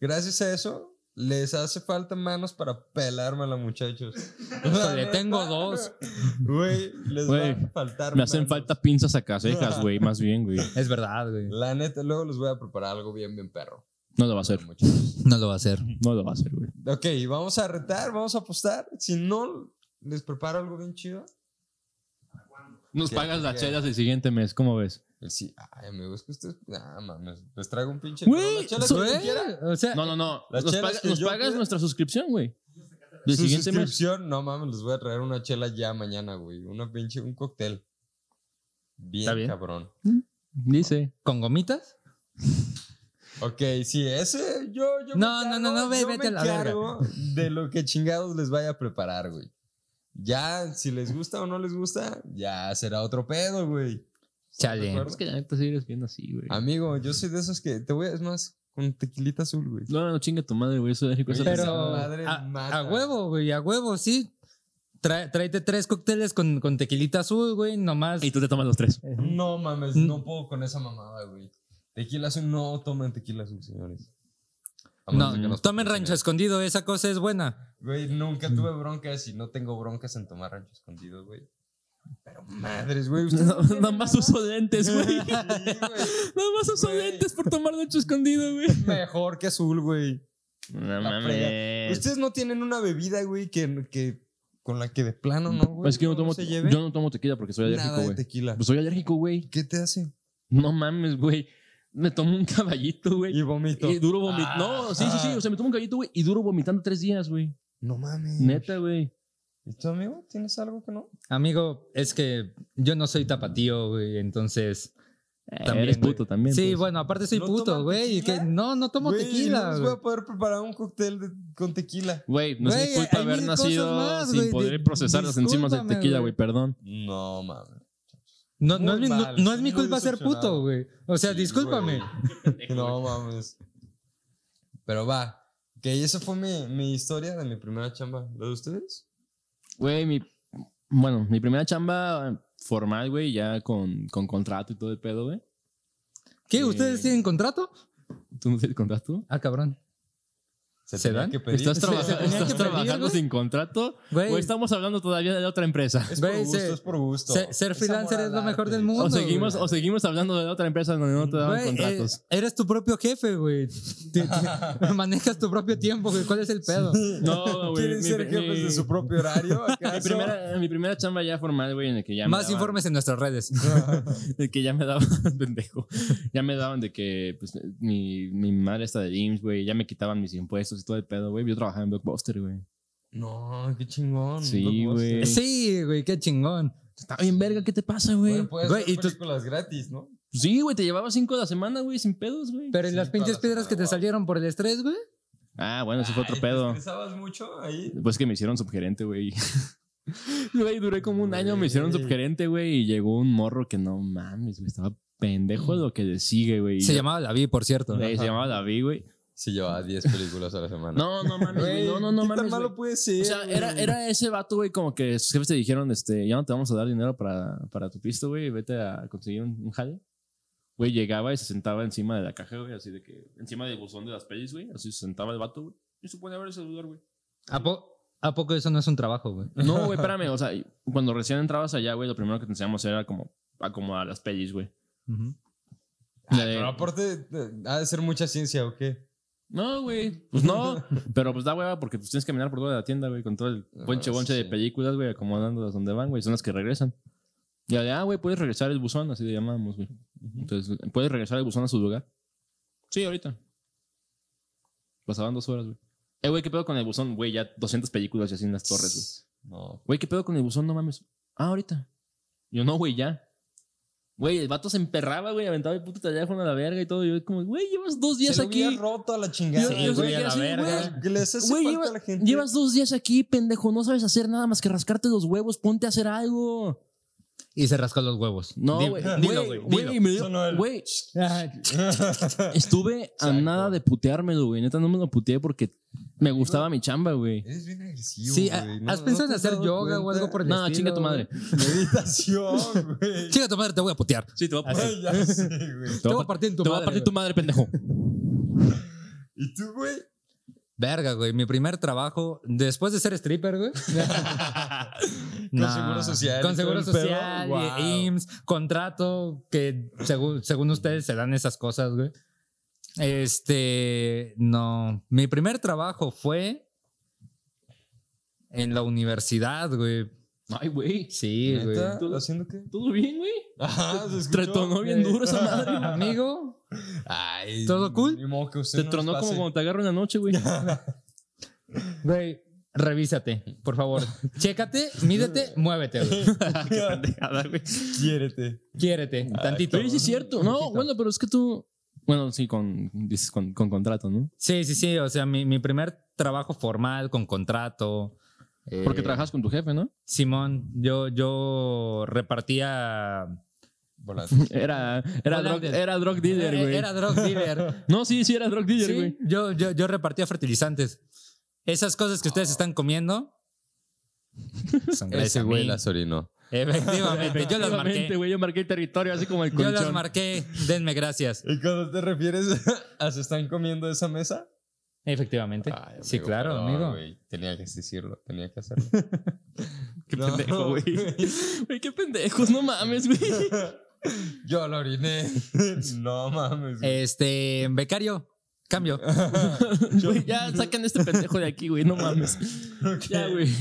A: gracias a eso, les hace falta manos para pelármela,
C: [LAUGHS]
A: muchachos.
B: Híjole,
A: Le
B: tengo dos.
A: Güey, les
C: Güey,
A: va a faltar
C: Me hacen
A: manos.
C: falta pinzas acá, cejas, güey, más bien, güey.
B: Es verdad, güey.
A: La neta, luego les voy a preparar algo bien, bien perro.
C: No lo va a hacer,
A: Muchachos.
B: No lo va a hacer.
C: no lo va a hacer, güey.
A: Ok, vamos a retar, vamos a apostar. Si no les preparo algo bien chido.
C: Nos
A: ¿Qué?
C: pagas las
A: ¿Qué?
C: chelas el siguiente mes, ¿cómo ves?
A: Pues Sí, ay, amigos, que ustedes. Ah, mames, les traigo un pinche.
C: Güey,
A: pero la chela que
C: soy-
A: yo quiera,
B: O sea,
C: No, no, no.
A: Las
C: Nos,
A: chelas
C: paga-
A: que
C: nos
A: yo
C: pagas
A: quiera.
C: nuestra suscripción, güey. Del
A: Su
C: siguiente mes.
A: suscripción, no mames, les voy a traer una chela ya mañana, güey. Una pinche, un cóctel. Bien,
B: bien.
A: cabrón.
C: Dice.
B: ¿Con gomitas?
A: Ok, sí, ese yo. yo
B: No, no, no, no, ve-
A: yo
B: vete a
A: me
B: la verga.
A: encargo De lo que chingados les vaya a preparar, güey. Ya, si les gusta o no les gusta, ya será otro pedo, güey. ¿De
B: Chale.
A: acuerdo?
C: Es que la neta sigues viendo así, güey.
A: Amigo, yo soy de esos que te voy a. Es más, con tequilita azul, güey.
C: No, no, chinga tu madre, güey. Eso de
A: Güey,
C: cosas
A: esa
B: Pero
A: madre
B: a,
A: mata.
B: a huevo, güey, a huevo, sí. Trae- tráete tres cócteles con, con tequilita azul, güey, nomás.
C: Y tú te tomas los tres.
A: No mames,
B: Mm.
A: no puedo con esa mamada, güey. Tequila azul, no tomen tequila azul, señores. A menos de que
B: No,
A: nos
B: tomen
A: patrocinen.
B: rancho escondido, esa cosa es buena.
A: Güey, nunca tuve broncas y no tengo broncas en tomar rancho escondido, güey. Pero madres, güey. ustedes
C: [LAUGHS] No,
A: tienen
C: nada más
A: nada.
C: uso lentes, güey.
A: Sí, güey.
C: Nada más uso
A: Güey.
C: lentes por tomar noche escondido, güey.
A: Mejor que azul, güey.
C: No
A: La frega. Ustedes no tienen una bebida, güey, que, que con la que de plano no, güey.
C: es que yo no tomo,
A: se lleve
C: yo no tomo tequila porque soy
A: nada
C: alérgico,
A: de
C: güey.
A: tequila.
C: Pues soy alérgico, güey.
A: ¿Qué te hace?
C: No mames, güey. Me tomo un caballito, güey.
A: Y vomito.
C: Y duro vomitando.
A: Ah.
C: no, sí, sí, sí. O sea, me tomo un caballito, güey. Y duro vomitando tres días, güey.
A: No mames.
C: Neta, güey.
A: ¿Y tú, amigo? ¿Tienes algo que no?
B: Amigo, es que yo no soy tapatío, güey, entonces.
C: También,
B: También,
C: Eh, eres
B: güey.
C: puto también.
B: Sí,
C: pues.
B: bueno, aparte soy
A: ¿No
B: puto,
A: toman
B: güey. y
A: tequila?
B: que- No, no tomo
A: Güey, No
B: tequila.
A: les
B: güey.
A: voy a poder preparar un cóctel de- con tequila.
C: Güey, no es
B: Güey,
C: mi culpa
B: hay
C: haber
B: mil
C: nacido
B: cosas más,
C: sin
B: güey.
C: poder
B: Di-
C: procesar las enzimas del
B: discúlpame,
C: tequila,
B: güey.
C: güey, perdón.
A: No mames.
B: No, no es
A: Muy
B: mi, no-
A: mal,
B: no es mi
A: estoy muy
B: culpa ser
A: decepcionado.
B: puto, güey. O sea,
A: Sí,
B: discúlpame.
A: No mames. Pero va. Que esa fue mi, mi historia de mi primera chamba. ¿La de ustedes?
C: Güey, mi. Bueno, mi primera chamba formal, güey, ya con, con contrato y todo el pedo, güey.
B: ¿Qué? ¿Ustedes
C: Eh,
B: tienen contrato?
C: ¿Tú no tienes contrato?
B: Ah, cabrón. ¿Se
A: tenía
B: dan?
A: que pedir.
C: ¿Estás,
A: Se-
C: traba-
A: se tenía
C: estás
A: que pedir,
C: trabajando
A: güey.
C: sin contrato? ¿O
B: Güey,
C: estamos hablando todavía de la otra empresa?
A: Es por
B: Güey,
A: gusto,
B: se-
A: es por gusto.
B: se- ser
A: Es
B: freelancer
A: amor
B: es lo
A: al
B: mejor
A: arte.
B: del mundo.
C: [LAUGHS] ¿O
B: No,
C: seguimos,
B: güey.
C: o seguimos hablando de la otra empresa donde no te daban
B: güey,
C: contratos?
B: eh, eres tu propio jefe,
A: [LAUGHS]
B: güey. Te- te- manejas tu propio tiempo, güey. ¿Cuál es el pedo?
A: [LAUGHS]
C: No, güey.
A: ¿Quieren
C: mi-
A: ser jefes de
C: mi-
A: su propio horario?
C: [LAUGHS] mi
A: acaso?
C: primera, mi primera chamba ya formal, güey, en el que ya me
B: Más
C: daban-
B: informes en nuestras redes.
C: de que ya me daban, [LAUGHS] pendejo, ya me daban de que pues, mi, mi madre está de IMSS, güey, ya me quitaban mis impuestos y todo el pedo, güey. Yo trabajaba en Blockbuster, güey.
A: No, qué chingón.
C: Sí,
A: no
C: güey.
B: Sí, güey, qué chingón.
C: Está bien, verga, ¿qué te pasa, güey?
A: Bueno, puedes
B: Güey,
A: hacer
B: y tus-
A: películas gratis, ¿no?
C: pues, sí, güey, te llevaba cinco a la semana, güey, sin pedos, güey.
B: Pero ¿y
A: Sí,
B: las pinches
A: todas,
B: piedras que te
A: wow.
B: salieron por el estrés, güey?
C: Ah, bueno, eso fue otro
A: Ay, ¿Te
C: pedo.
A: estresabas mucho ahí?
C: Pues que me hicieron subgerente, güey. [LAUGHS] Güey, duré como un año, me hicieron
A: Güey.
C: subgerente, güey, y llegó un morro que no mames, güey, estaba pendejo lo que le sigue, güey.
B: Se
C: Yo-
B: llamaba David, por cierto.
C: güey, se llamaba David, güey.
A: Sí, llevaba 10 películas a la semana.
C: [LAUGHS] No, no mames,
A: Güey,
C: güey. No, no, no
A: ¿qué
C: mames.
A: tan malo
C: güey.
A: puede ser?
C: O sea, era, era ese vato, güey, como que sus jefes te dijeron, este, ya no te vamos a dar dinero para, para tu pisto, güey, vete a conseguir un, un jale. Güey, llegaba y se sentaba encima de la caja, güey, así de que, encima del buzón de las pelis, güey, así se sentaba el vato, güey, y se ponía a ver el celular, güey.
B: ¿A, po- ¿A poco eso no es un trabajo, güey?
C: No, güey, espérame, o sea, cuando recién entrabas allá, güey, lo primero que te enseñamos era como acomodar las pelis, güey. La de-
A: Pero aparte, eh, ha de ser mucha ciencia, ¿o qué?
C: No, güey, pues no, pero pues da hueva porque pues, tienes que caminar por toda la tienda, güey, con todo el
A: Ah,
C: bonche bonche de
A: sí.
C: películas, güey, acomodándolas donde van, güey, son las que regresan. Ya de, ah, güey, puedes regresar el buzón, así le llamamos, güey. Entonces, ¿puedes regresar el buzón a su lugar? Sí, ahorita. Pasaban dos horas, güey. Eh, güey, ¿qué pedo con el buzón? Güey, ya 200 películas y así en las torres, güey.
A: No.
C: Güey, ¿qué pedo con el buzón? No mames. Ah, ahorita. Yo no, güey, ya. Güey, el vato se emperraba, güey, aventaba el puto teléfono a la verga y todo. Yo como, güey, llevas dos días
A: Se lo
C: aquí.
A: hubiera roto a la chingada.
C: Sí,
A: güey.
C: güey, a la
A: así,
C: verga.
A: güey, que les hace
C: Güey,
A: falta
C: lleva-
A: a la gente.
C: Llevas dos días aquí, pendejo. No sabes hacer nada más que rascarte los huevos. Ponte a hacer algo.
B: Y se rascó los huevos.
C: No,
B: Di- [LAUGHS]
C: güey.
B: Dilo, güey. dilo.
C: Güey, me dio-
A: Sonó el- [LAUGHS]
C: güey,
B: [LAUGHS] Ah,
C: estuve a
A: Exacto.
C: nada de puteármelo, güey. Neta, no me lo puteé porque me gustaba mi chamba, güey.
A: Eres bien agresivo,
B: sí,
A: güey.
B: ¿has
A: ¿No- no
B: pensado
A: te
B: en
A: has
B: hacer
A: dado
B: yoga o
A: cuenta?
B: algo por el
C: No,
B: estilo?
C: chinga tu madre.
A: [LAUGHS] Meditación, güey.
B: Chinga tu madre, te voy a putear.
C: Sí, te voy
A: Ay, ya sé, güey.
B: Te voy a partir tu
C: Te voy
B: madre.
C: a partir tu
B: güey.
C: madre, pendejo.
A: ¿Y tú, güey?
B: Verga, güey. Mi primer trabajo, después de ser stripper, güey.
A: Con
B: Nah.
A: seguro social. y todo
B: Con seguro
A: el pedo.
B: social,
A: Guau.
B: y IMSS, contrato, que según, según ustedes se dan esas cosas, güey. Este, no. Mi primer trabajo fue en la universidad, güey.
C: Ay, güey.
B: Sí, güey.
A: ¿Neta? ¿Haciendo qué?
C: ¿Todo bien, güey?
A: Ajá, se escuchó.
C: Tronó bien
B: güey.
C: duro esa madre.
B: [LAUGHS]
C: güey.
B: Amigo,
A: Ay,
B: ¿Todo cool?
A: ni modo que usted
C: Te
A: no nos
C: tronó como
A: pase.
C: cuando te agarro una
B: [LAUGHS]
C: noche, güey.
B: güey, revísate, por favor. Chécate, mídete, muévete, güey.
C: [LAUGHS] Qué pendejada, güey.
A: Quiérete.
B: Quiérete, tantito.
C: Pero sí es cierto. No,
B: Poquito.
C: bueno, pero es que tú. Bueno, sí, con, dices con, con contrato, ¿no?
B: Sí, sí, sí. O sea, mi, mi primer trabajo formal con contrato. eh,
C: Porque trabajas con tu jefe, ¿no?
B: Simón, yo, yo repartía.
C: [LAUGHS]
A: Volátil.
C: Era, era,
B: Hola,
C: drug,
B: Andrés.
C: era drug dealer,
B: Eh,
C: güey.
B: Era drug
C: [LAUGHS]
B: dealer.
C: No, sí, sí, era drug dealer,
B: Sí,
C: güey.
B: yo, yo, yo repartía fertilizantes. Esas cosas que ustedes están comiendo. Son gracias
A: Ese
B: a
A: güey
B: mí.
A: las orinó.
B: Efectivamente, yo las marqué.
C: güey, yo marqué el territorio así como el
B: Yo
C: colchón.
B: las marqué. Denme gracias.
A: ¿Y cuando te refieres [LAUGHS] a se están comiendo esa mesa?
B: Efectivamente.
A: Ay,
B: sí,
A: amigo,
B: claro,
A: perdón,
B: amigo.
A: güey. Tenía que decirlo, tenía que hacerlo.
C: Qué
A: No,
C: pendejo, güey. Güey, qué pendejos, no mames, güey.
B: [LAUGHS]
A: Yo la
C: [LAUGHS]
A: oriné. No mames. güey.
B: Este, becario,
C: [LAUGHS]
B: cambio.
C: Güey, ya sacan este pendejo de aquí, güey, no mames. Eh,
B: [LAUGHS]
C: Ya, güey.
A: Ay,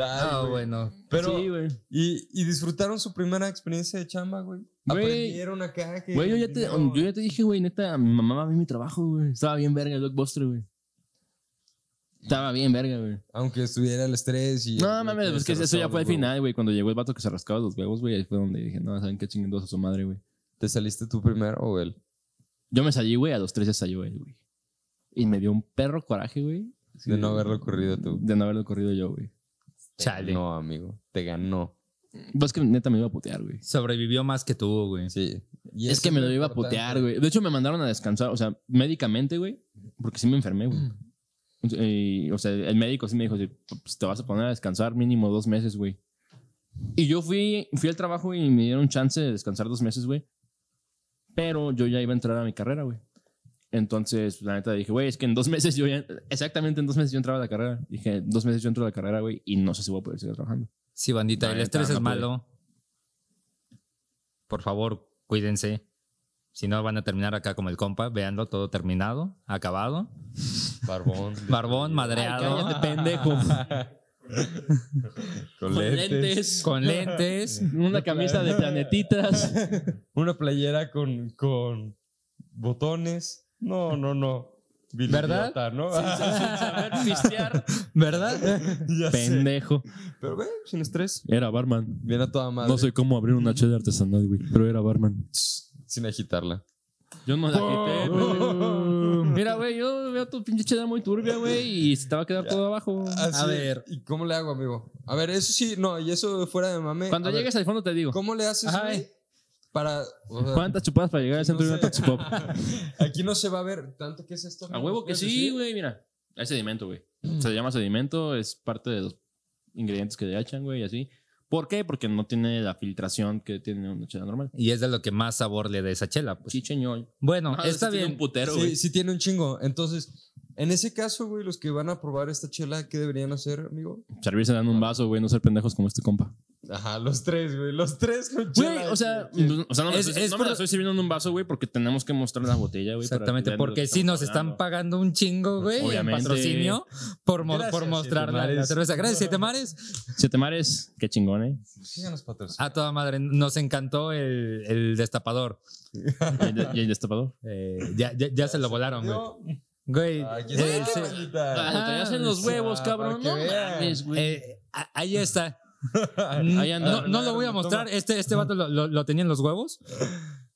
B: Ah,
A: güey.
B: bueno.
A: Pero,
C: Sí, güey.
A: y, y disfrutaron su primera experiencia de chamba, güey.
C: Güey.
A: Aprendieron acá que.
C: Güey, yo ya te,
A: dinero-
C: yo ya te dije, güey, neta, mi mamá va a ver mi trabajo, güey. Estaba bien verga el blockbuster, güey. Estaba bien verga, güey.
A: Aunque estuviera el estrés y.
C: No mames, pues que eso ya fue al
A: el
C: final, güey. Cuando llegó el vato que se rascaba los huevos, güey, ahí fue donde dije, no, saben qué chingados a su madre, güey.
A: ¿Te saliste tú primero o él?
C: Yo me salí, güey, a los tres ya salió él, güey. Y me dio un perro coraje, güey. Sí,
A: De no haberlo ocurrido tú.
C: De no haberlo corrido yo, güey.
B: Chale.
A: No, amigo. Te ganó.
C: Pues que neta me iba a putear, güey.
B: Sobrevivió más que tú, güey.
A: Sí. Y
C: Es
A: eso
C: que me lo
A: lo
C: iba a putear,
A: importante.
C: güey. De hecho, me mandaron a descansar, o sea, médicamente, güey, porque sí me enfermé, güey. Y, o sea, el médico sí me dijo, sí, pues te vas a poner a descansar mínimo dos meses, güey. Y yo fui, fui al trabajo y me dieron chance de descansar dos meses, güey. Pero yo ya iba a entrar a mi carrera, güey. Entonces, la neta dije, güey, es que en dos [LAUGHS] meses yo ya, exactamente en dos meses yo entraba a la carrera. Dije, dos meses yo entro a la carrera, güey, y no sé si voy a poder seguir trabajando.
B: Sí, bandita,
C: La
B: el
C: neta,
B: estrés
C: no
B: es
C: pude.
B: malo. Por favor, cuídense. Si no, van a terminar acá como el compa, veando todo terminado, acabado,
C: [LAUGHS]
A: Barbón. [LAUGHS]
B: barbón, madreado,
C: cállate, pendejo. [LAUGHS]
A: con lentes.
C: [LAUGHS]
B: con lentes.
C: Una camisa de [LAUGHS] planetitas.
A: Una playera con, con botones. No, no, no. Vil
B: ¿Verdad?
A: idiota, ¿no? [LAUGHS] Ah,
C: saber pistear.
B: ¿Verdad?
A: Ya sé.
C: [LAUGHS] Pendejo.
A: Pero, güey, sin estrés.
C: Era barman.
A: Viene a toda madre.
C: No sé cómo abrir una chela artesanal, güey, pero era barman.
A: Sin agitarla.
C: Yo no la quité, güey. Mira, güey, yo veo tu pinche chela muy turbia, güey, y se te va a quedar todo abajo.
A: Así,
B: ver.
A: ¿Y cómo le hago, amigo? A ver, eso sí, no, y eso fuera de mame.
C: Cuando
A: a ver,
C: llegues al fondo te digo.
A: ¿Cómo le haces,
B: Ajá,
A: güey?
B: eh.
A: Para. o sea,
C: ¿Cuántas chupadas para llegar al centro de una
A: No sé.
C: Toxi Pop?
A: [LAUGHS] Aquí no se va a ver tanto que es esto.
C: A huevo que sí, güey, mira. Hay sedimento, güey. Se llama sedimento, es parte de los ingredientes que le echan, güey, y así. ¿Por qué? Porque no tiene la filtración que tiene una chela normal.
B: Y es de lo que más sabor le da esa chela. Pues.
C: Chicheñol.
B: Bueno,
C: Ah,
B: está
C: sí tiene Un
B: bien.
C: putero,
A: Sí,
C: güey.
A: sí tiene un chingo. Entonces, en ese caso, güey, los que van a probar esta chela, ¿qué deberían hacer, amigo?
C: Servirse dando un vaso, güey, no ser pendejos como este compa.
A: Ajá, los tres, güey. Los tres con chela.
C: Güey, o sea,
A: Sí.
C: o sea, no me,
B: Es-
C: estoy,
B: es
C: no me
B: por-
C: la estoy sirviendo en un vaso, güey, porque tenemos que mostrar la botella, güey. para que
B: Exactamente,
C: vean de lo
B: porque
C: que
B: sí
C: estamos
B: nos están
C: hablando.
B: pagando un chingo, güey, en
C: Obviamente.
B: patrocinio por, mo-
A: Gracias,
B: por
A: Siete
B: mostrar la, la
A: Mares.
B: cerveza. Gracias, Siete Mares.
C: Siete mares, qué chingón, ¿eh?
A: Síganos patrocinados.
B: A toda madre, nos encantó el, el destapador.
C: Y el, de- y el [LAUGHS] destapador.
B: Eh, ya, ya, ya se lo volaron, güey. Güey,
A: Aquí
B: eh,
A: está.
B: sí.
A: maldita.
B: Ah,
C: Ah, te hacen
A: o
C: los
A: sea,
C: huevos,
A: para
C: cabrón.
A: que
C: No
A: vean.
C: mames, güey.
B: Eh, a- ahí está.
C: [LAUGHS] Ahí anda.
B: No, no lo voy a mostrar. Este, este vato lo, lo- lo tenía en los huevos.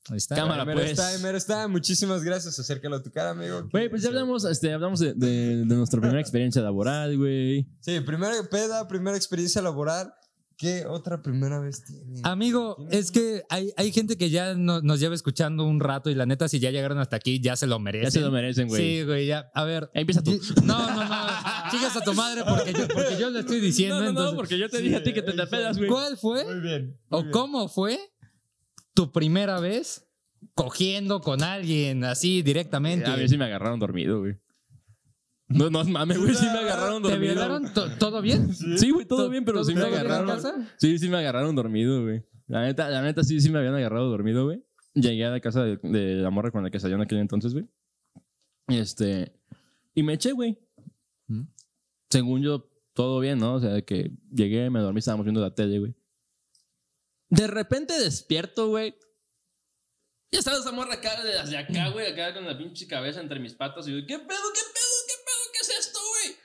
B: Ahí está.
C: Cámara,
A: Mero
C: pues.
A: está, mero está. Muchísimas gracias. Acércalo a tu cara, amigo.
C: Güey, pues ya hablamos, este, hablamos de, de- de nuestra primera experiencia laboral, güey.
A: Sí, primera peda, primera experiencia laboral. ¿Qué otra primera vez tiene?
B: Amigo,
A: ¿Tiene?
B: es que hay, hay gente que ya no- nos lleva escuchando un rato y la neta, si ya llegaron hasta aquí, ya se lo merecen.
C: Ya se lo merecen, güey.
B: Sí, güey, ya. A ver.
C: Ahí empieza tú.
B: y- No, no, no. Chicas a tu madre porque yo, porque yo lo estoy diciendo. entonces,
C: porque yo te
A: dije a ti que te la pedas,
B: ¿Cuál fue
A: Muy bien. muy
B: o
A: bien.
B: cómo fue tu primera vez cogiendo con alguien así directamente?
C: A mí sí me agarraron dormido, güey. No, no mames, güey, sí me agarraron
B: ¿Te
C: dormido.
B: violaron? ¿To- ¿Todo bien?
C: Sí, güey, todo bien, pero
B: ¿Todo-
C: sí me
B: todo bien en
C: agarraron.
B: casa?
C: Sí, sí me agarraron dormido, güey. La neta, la neta sí, sí me habían agarrado dormido, güey. Llegué a la casa de, de la morra con la que salía en aquel entonces, güey. Este. Y me eché, güey.
B: ¿Mm?
C: Según yo, todo bien, ¿no? O sea, que llegué, me dormí, estábamos viendo la tele, güey. De repente despierto, güey. Ya estaba esa morra acá, de- hacia acá, güey, acá con la pinche cabeza entre mis patas. Y yo, ¿qué pedo, qué pedo, qué pedo, qué es esto, güey?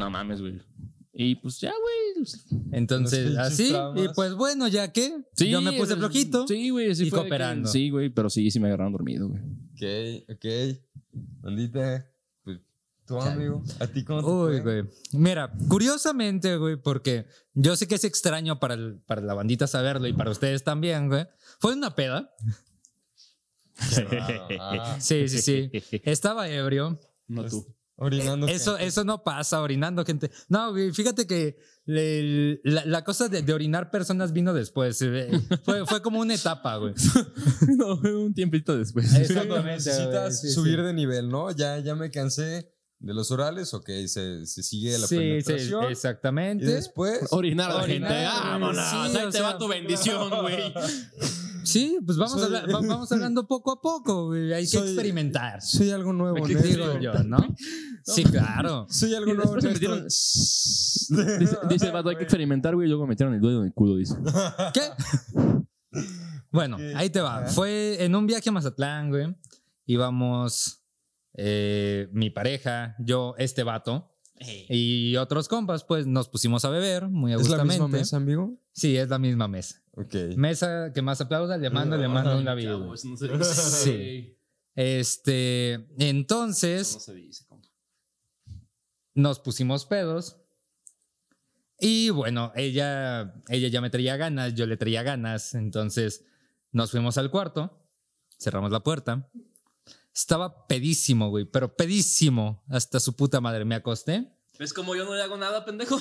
C: No mames, güey. Y pues ya, güey.
A: Los
B: Entonces,
A: pinches
B: así.
A: traumas.
B: Y pues bueno, ya que
C: Sí,
B: yo me puse
C: pues,
B: flojito.
C: Sí, güey. Sí
B: y
C: fue de que-
B: cooperando.
C: Sí, güey, pero sí, sí me agarraron dormido, güey.
A: Ok, ok. Andita, pues, tu
B: Chale.
A: amigo, ¿a ti cómo te
B: Uy,
A: fue?
B: güey. Mira, curiosamente, güey, porque yo sé que es extraño para, el- para la bandita saberlo y para ustedes también, güey. Fue una peda.
A: Qué raro, [LAUGHS] ah,
B: Sí, sí, sí.
C: [LAUGHS]
B: Estaba ebrio.
C: No
A: Pues,
C: tú.
A: orinando.
B: Eso,
A: gente.
B: eso no pues. pasa orinando, gente. No, güey, fíjate que le- la, la cosa de, de orinar personas vino después. eh, [LAUGHS] Fue, fue como una etapa, güey.
C: [LAUGHS] no, fue un tiempito después.
B: Eh,
A: Sí, cuando
B: Exactamente,
A: necesitas
B: güey, sí,
A: subir
B: sí.
A: de nivel, ¿no? Ya, ya me cansé de los orales, ok, se, se sigue la penetración. y
B: exactamente.
A: después,
C: [LAUGHS] Orinar a la
B: Orinar,
C: gente.
B: güey,
C: Vámonos.
B: sí,
C: ahí
B: o
C: te
B: sea.
C: va tu [LAUGHS] bendición, güey.
B: Sí, pues vamos,
A: Soy-
B: habla- va- vamos hablando poco a poco, güey. Hay
A: Soy-
B: que experimentar.
A: soy algo nuevo,
C: Hay que
A: negro.
B: Digo yo, [LAUGHS] ¿no? Sí, claro.
A: Soy algo
C: Y
A: nuevo.
C: después se
A: negro.
C: metieron-
A: [LAUGHS]
C: Dice, dice el vato, hay que experimentar, güey. Y luego metieron el dedo en el culo, dice.
B: ¿Qué?
A: [LAUGHS]
B: Bueno,
A: Ok.
B: ahí te va.
A: Ajá.
B: Fue en un viaje a Mazatlán, güey. Íbamos eh, mi pareja, yo, este vato y otros compas, pues nos pusimos a beber muy a
A: ¿Es la
B: gustamente.
A: misma mesa, amigo?
B: Sí, es la misma mesa.
A: Ok.
B: Mesa que más aplauda, le mando, le
A: Ah,
B: mando un vida.
C: no se dice.
B: Sí. Este, entonces,
C: se dice, compa.
B: nos pusimos pedos. Y bueno, ella, ella ya me traía ganas, yo le traía ganas. Entonces nos fuimos al cuarto, cerramos la puerta. Estaba pedísimo, güey, pero pedísimo. Hasta su puta madre me acosté.
C: ¿Ves como yo no le hago nada, pendejo?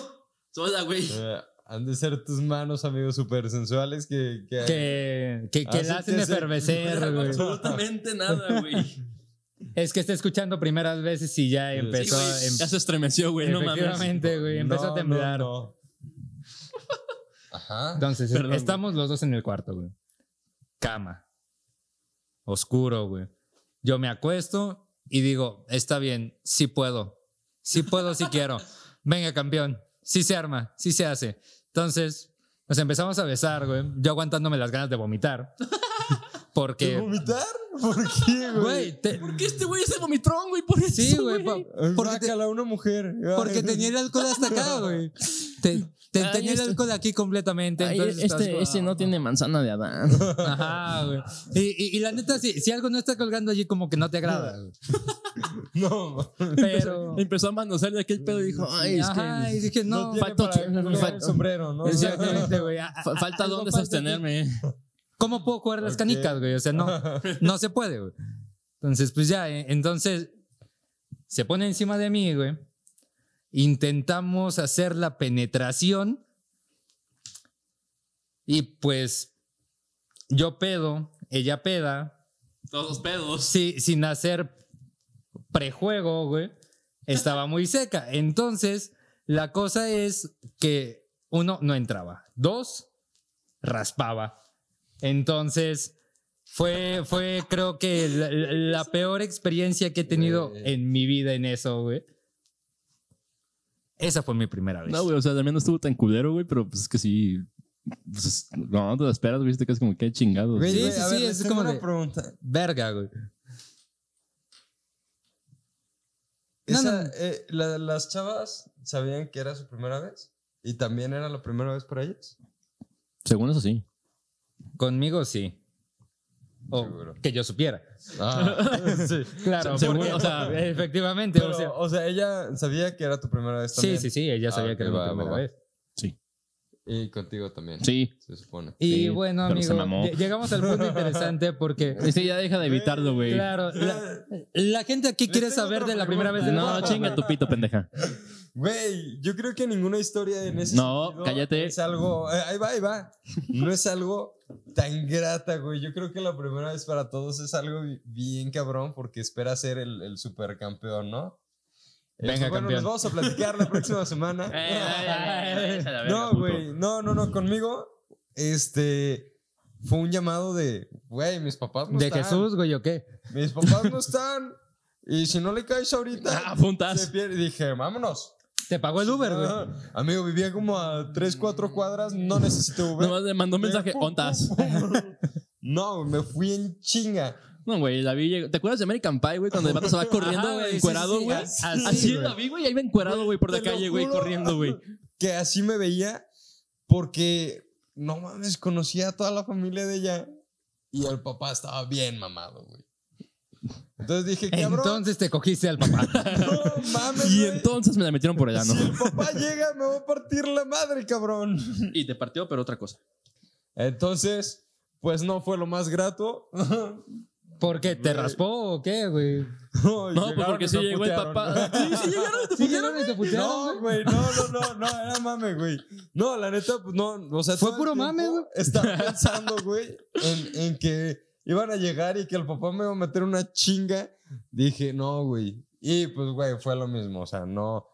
C: Sola, güey.
A: Eh, han de ser tus manos, amigos, súper sensuales que... que-
B: Que, que, que
A: Así
B: la hacen
A: que se-
B: efervecer, güey.
C: Absolutamente nada, [LAUGHS] güey.
B: Es que está escuchando primeras veces y ya empezó.
C: Sí, güey,
B: em-
C: ya se estremeció, güey. No mames.
B: efectivamente, güey, empezó
A: No,
B: a temblar.
A: no, no. Ajá.
B: Entonces,
C: Perdón, güey.
B: estamos los dos en el cuarto, güey. Cama. Oscuro, güey. Yo me acuesto y digo, está bien, sí puedo. Sí puedo, sí quiero. Venga, campeón. Sí se arma, sí se hace. Entonces, nos empezamos a besar, güey. Yo aguantándome las ganas de vomitar. [LAUGHS]
A: ¿Qué?
B: Porque,
A: ¿Vomitar? ¿Por qué, güey?
B: güey, te-
C: ¿Por qué este güey es el vomitrón, güey? Por eso,
B: sí, güey.
C: [LAUGHS]
B: pa- Porque, te-
A: Guácala, una mujer.
B: porque tenía el alcohol hasta acá, güey. Te- te-
C: Ay,
B: tenía el
C: este-
B: alcohol aquí completamente.
C: Ay,
B: entonces estás
C: este,
B: como,
C: este
B: "Ah".
C: no tiene manzana de Adán.
B: Ajá, güey. Y, y- y la neta, si, si algo no está colgando allí, como que no
A: [LAUGHS]
B: te agrada. güey.
A: No, [LAUGHS]
B: Pero.
C: Empezó a manosear de aquel pedo y dijo, ay, es
B: Ajá, y
C: que
B: dije, no.
A: pues, no tiene
C: falta-
A: para colgar el
C: falta-
A: sombrero, ¿no?
B: [LAUGHS] Exactamente, güey. A-
C: fa-
B: a-
C: falta
B: algo
C: dónde
B: falta
C: sostenerme.
B: aquí. ¿Cómo puedo jugar las
A: Ok.
B: canicas, güey? O
A: [LAUGHS]
B: sea, no, no se puede, güey. Entonces, pues ya, eh, entonces se pone encima de mí, güey. Intentamos hacer la penetración. Y pues yo pedo, ella peda,
C: Todos los pedos.
B: sí, sin hacer prejuego, güey, estaba muy seca. Entonces, la cosa es que uno no entraba, dos raspaba. Entonces, fue, fue creo que la, la- la peor experiencia que he tenido
A: Eh.
B: en mi vida en eso, güey. Esa fue mi primera vez.
C: No, güey, o sea, también no estuvo tan culero, güey, pero pues es que sí. Pues, no, te lo esperas, güey, te quedas como que chingado.
A: Güey,
B: Sí,
A: güey,
B: sí,
A: a
B: sí,
A: les
B: es
A: tengo
B: como
A: una
B: de-
A: pregunta.
B: Verga, güey. No,
A: Esa,
B: no.
A: eh, la- ¿Las chavas sabían que era su primera vez? ¿Y también era la primera vez para ellas?
C: Según eso, sí.
B: Conmigo sí. O
A: Seguro.
B: que yo supiera. Ah.
A: [LAUGHS] sí.
B: Claro,
C: Se-
B: porque,
C: seguro,
B: o
C: o sea,
B: sea, efectivamente.
A: Pero,
B: o sea,
A: o sea, ella sabía que era tu primera vez
B: sí,
A: también.
B: sí, sí, ella
A: Ah,
B: sabía que
A: ok,
B: era
A: va,
B: mi primera
A: va, va.
B: vez.
A: Y contigo también.
C: Sí.
A: Se supone.
B: Y
C: Sí,
B: bueno,
C: pero se
B: amigo,
C: mamó.
B: lle- llegamos al punto interesante [LAUGHS] porque,
C: Sí, ya deja de evitarlo, güey.
B: claro, la, la gente aquí
A: Le
B: quiere
A: tengo
B: saber
A: otra
B: de la primera vez
A: pregunta.
B: de "Ah,
C: No, chinga tu pito, pendeja.
A: Güey, yo creo que ninguna historia en ese
C: No,
A: sentido
C: cállate.
A: Es algo. eh, ahí va, ahí va. No es algo tan grata, güey. Yo creo que la primera vez para todos es algo bi- bien cabrón porque espera ser el, el supercampeón, ¿no?
B: Venga,
A: Este, bueno,
B: campeón.
A: nos
B: Eh,
A: vamos a platicar la próxima
B: [LAUGHS]
C: Eh,
A: semana. no, güey. No, no, no. Conmigo, este. Fue un llamado de, güey, mis papás no
B: de
A: están.
B: Jesús, güey, ¿o qué?
A: Mis papás no están. Y si no le caes
C: Ah,
A: ahorita, se
C: Apuntas.
A: pierde. Y dije, vámonos.
B: Te pagó Ah, el Uber, güey.
A: Ah, amigo, vivía como a 3, 4 cuadras, no necesito Uber.
C: Nomás le mandó un mensaje, ontas.
A: [LAUGHS] No, me fui en chinga.
C: No, güey, la vi. lleg- ¿Te acuerdas de American Pie, güey? Cuando el vato se va corriendo,
B: Ajá,
C: Ah, güey,
B: güey, sí,
C: encuerado,
B: sí,
C: güey.
B: así,
C: Así
B: güey.
C: la vi, güey, ahí va encuerado, güey, por la
A: Te lo
C: calle, güey,
A: juro.
C: corriendo, güey.
A: que así me veía porque, no mames, conocía a toda la familia de ella y el papá estaba bien mamado, güey. Entonces dije, cabrón,
B: Entonces te cogiste al papá.
A: no mames,
C: Y
A: güey.
C: entonces me la metieron por allá, ¿no?
A: Si el papá llega, me va a partir la madre, cabrón.
C: Y te partió, pero otra cosa.
A: Entonces, pues no fue lo más grato. [LAUGHS]
B: ¿Por qué? ¿Te raspó o qué, güey?
C: No, pues porque sí llegó el papá. [LAUGHS] Sí, sí, llegaron.
B: ¿Sí llegaron y te putearon,
A: No,
B: Pues güey? Eh,
A: güey, no, no, no, no, era mame, güey. No, la neta, pues no, o sea,
B: Fue
A: todo el
B: puro
A: tiempo
B: mame, güey. [LAUGHS]
A: Estaba pensando, güey, en, en que iban a llegar y que el papá me iba a meter una chinga. Dije, no, güey. Y pues, güey, fue lo mismo, o sea, no,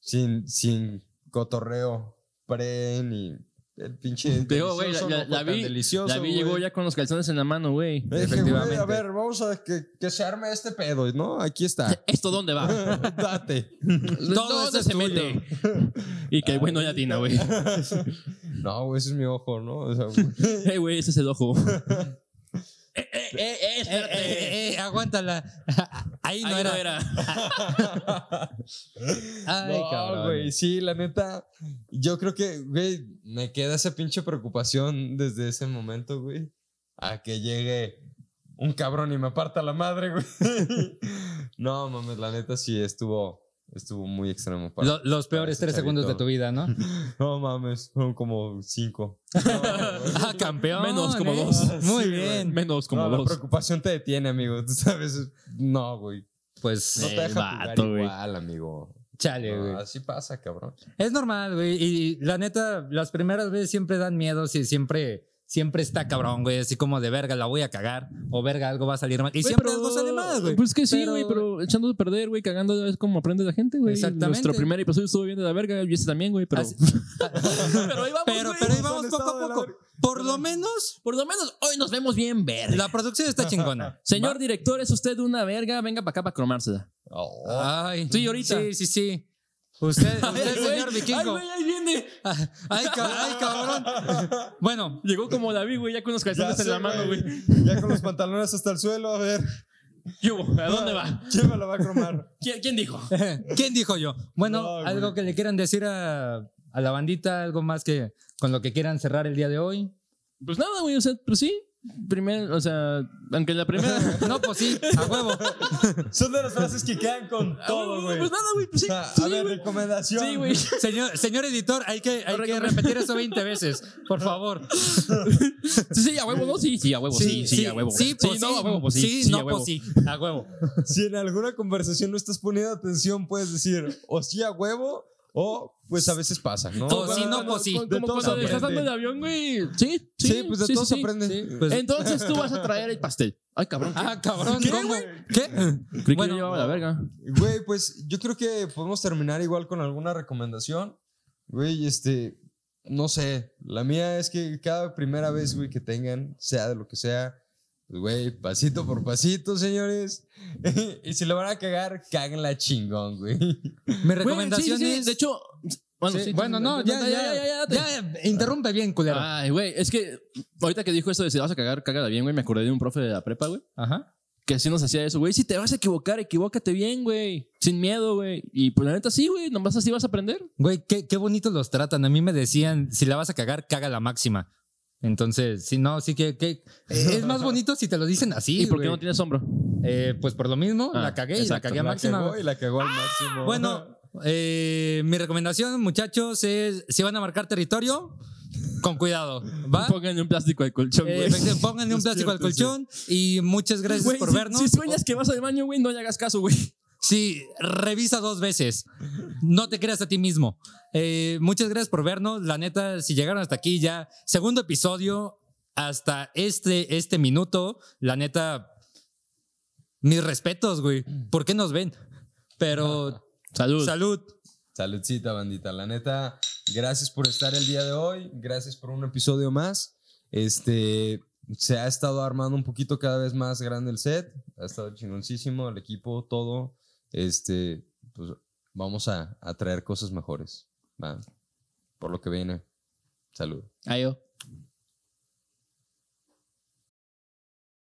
A: sin, sin cotorreo pre ni el pinche.
C: Digo, güey, la,
A: delicioso,
C: la-
A: no fue
C: la
A: tan
C: vi,
A: delicioso,
C: la vi llegó
A: güey.
C: ya con los calzones en la mano, güey.
A: Le dije, güey, a ver, vamos a que, que se arme este pedo, ¿no? Aquí
C: [LAUGHS]
A: está.
C: ¿Esto dónde va?
B: [LAUGHS]
A: Date.
B: eso
C: Todo eso
B: es
C: se
B: tuyo.
C: mete. Y que bueno ya
B: [LAUGHS]
C: tina, güey.
A: [LAUGHS] No, güey, ese es mi ojo, ¿no? O sea, güey.
C: Eh, güey, ese es el ojo.
B: Eh, eh, eh, aguántala. [LAUGHS] Ahí no
C: Ahí
B: era.
C: no era.
B: [LAUGHS] Ay,
A: no,
B: cabrón.
A: güey, sí, la neta. Yo creo que, güey, me queda esa pinche preocupación desde ese momento, güey. A que llegue un cabrón y me aparta la madre, güey. [LAUGHS] No, mames, la neta sí estuvo, estuvo muy extremo. para-
B: Lo- los peores
A: ese
B: tres segundos de
A: chavito.
B: tu vida, ¿no?
A: No mames, fueron como
C: [LAUGHS]
A: cinco. No, güey.
B: [LAUGHS] Ah, campeón.
C: Menos como
B: ¿eh?
C: dos.
B: Muy
A: Sí, güey.
B: bien.
C: Menos como
A: No, la
C: dos.
A: preocupación te detiene, amigo. Tú sabes, no, güey.
B: Pues
A: No te
C: El
A: deja
C: vato,
A: jugar
C: güey.
A: igual, amigo.
B: chale,
A: No,
B: güey.
A: así pasa, cabrón.
B: Es normal, güey. Y la neta, las primeras veces siempre dan miedo, sí, siempre, siempre está cabrón, güey. Así como de verga, la voy a cagar. O verga, algo va a salir mal. Y siempre algo sale mal, güey.
C: Pues que sí,
B: Pero-
C: güey, pero echando de perder, güey, cagando es como aprende la gente, güey.
B: Exactamente.
C: Nuestro primer episodio estuvo bien de la verga, y este también, güey, pero
B: Así-
C: Pero ahí vamos,
B: Pero,
C: güey.
B: pero
A: Nos
B: ahí vamos
A: han
B: poco
A: estado de
B: a
A: la
B: poco. Por lo menos,
C: por lo menos hoy nos vemos bien verga.
B: la producción está chingona.
C: Señor director, es usted una verga, venga para acá para cromársela.
A: Oh.
C: Ah,
B: Ay,
C: Sí, ahorita.
B: Sí, sí, sí. Usted, [LAUGHS] usted
C: güey,
B: señor
C: ay,
B: vikingo.
C: güey, ahí viene.
B: [LAUGHS] Ay, ca- ay, [LAUGHS] cabrón. Bueno,
C: Llegó como David, güey, ya con los
A: Ya
C: calzones en
A: sé,
C: la mano, güey.
A: Ya con los pantalones hasta el suelo, a ver.
C: ¿Qué hubo? ¿A dónde va?
A: ¿Quién me lo va a cromar?
C: ¿Quién, quién dijo?
B: [LAUGHS] ¿quién dijo yo? Bueno,
A: No, güey.
B: algo que le quieran decir a, a la bandita, algo más que con lo que quieran cerrar el día de hoy.
C: Pues nada, güey, o sea, pues sí. Primero, o sea, aunque la primera.
B: [LAUGHS] No, pues sí, a
C: [LAUGHS]
B: huevo.
A: Son de las frases que quedan con todo, güey.
C: Pues nada, güey, pues sí.
A: Ah,
C: sí,
A: a ver,
C: güey.
A: recomendación.
C: Sí, güey.
B: Señor, señor editor, hay que, hay que
C: Recomend-
B: repetir eso 20 veces, por favor.
C: [LAUGHS] Sí, sí, a huevo, ¿no? Oh, Sí, sí, a huevo, sí, sí, a huevo.
B: Sí, pues sí,
C: no, a huevo, pues sí.
B: Sí,
C: sí, a
B: no,
C: huevo.
B: pues sí, a huevo.
A: Si en alguna conversación no estás poniendo atención, puedes decir o sí a huevo o pues a veces pasa, ¿no?
B: O sí, no, pues sí.
A: De
C: Como
A: todos
C: cuando estás
A: aprende.
C: dando el avión, güey. Sí, sí.
A: Sí, pues de todos
C: sí.
A: aprende.
B: Pues-
C: Entonces tú vas a traer el pastel. Ay, cabrón.
B: Ah, cabrón,
A: ¿Qué,
B: ¿cómo?
A: güey?
B: ¿Qué?
C: Creí que
B: Bueno,
C: yo llevaba la verga.
A: Güey, pues yo creo que podemos terminar igual con alguna recomendación. Güey, este, no sé, la mía es que cada primera vez, güey, que tengan, sea de lo que sea, pues, güey, pasito por pasito, señores. [LAUGHS] y si lo van a cagar, cáguenla chingón, güey.
B: mi
C: Güey,
B: recomendación
C: sí, sí, sí,
B: es.
C: De hecho, bueno,
B: Sí,
C: sí,
B: bueno, no, ya, ya, ya,
C: ya, Ah.
B: ya,
C: te-
B: interrumpe bien, culero.
C: Ay, güey, es que ahorita que dijo eso de si vas a cagar, cágala bien, güey, me acordé de un profe de la prepa, güey,
B: Ajá.
C: que sí nos hacía eso, güey, si te vas a equivocar, equivócate bien, güey, sin miedo, güey. Y pues la neta sí, güey, nomás así vas a aprender.
B: Güey, qué, qué bonito los tratan. A mí me decían, si la vas a cagar, caga la máxima. Entonces, si no, sí que, que- es más bonito si te lo dicen así.
C: ¿Y por qué
B: güey.
C: no tienes hombro?
B: Eh, pues por lo mismo,
C: Ah,
B: la cagué y la
C: exacto,
B: cagué a
A: La
B: máxima. Ah,
A: cagó y la cagó al máximo. [LAUGHS]
B: Bueno, eh, mi recomendación, muchachos, es si van a marcar territorio, con cuidado. ¿va?
C: Pónganle un plástico al colchón,
B: Ah. Eh, [LAUGHS]
C: güey.
B: efectivamente, pónganle un plástico al colchón y muchas gracias
C: Güey,
B: por
C: si,
B: vernos.
C: si sueñas que vas al baño, güey, no le hagas caso, güey.
B: Sí, revisa dos veces. No te creas a ti mismo. Eh, muchas gracias por vernos. La neta, si llegaron hasta aquí ya, segundo episodio, hasta este, este minuto, la neta, mis respetos, güey. ¿Por qué nos ven? Pero
C: Salud.
B: salud.
A: Saludcita, bandita. La neta, gracias por estar el día de hoy. Gracias por un episodio más. Este, se ha estado armando un poquito cada vez más grande el set. Ha estado chingoncísimo el equipo, todo. Este, pues vamos a, a traer cosas mejores. va, Por lo que viene. Salud.
C: Adiós.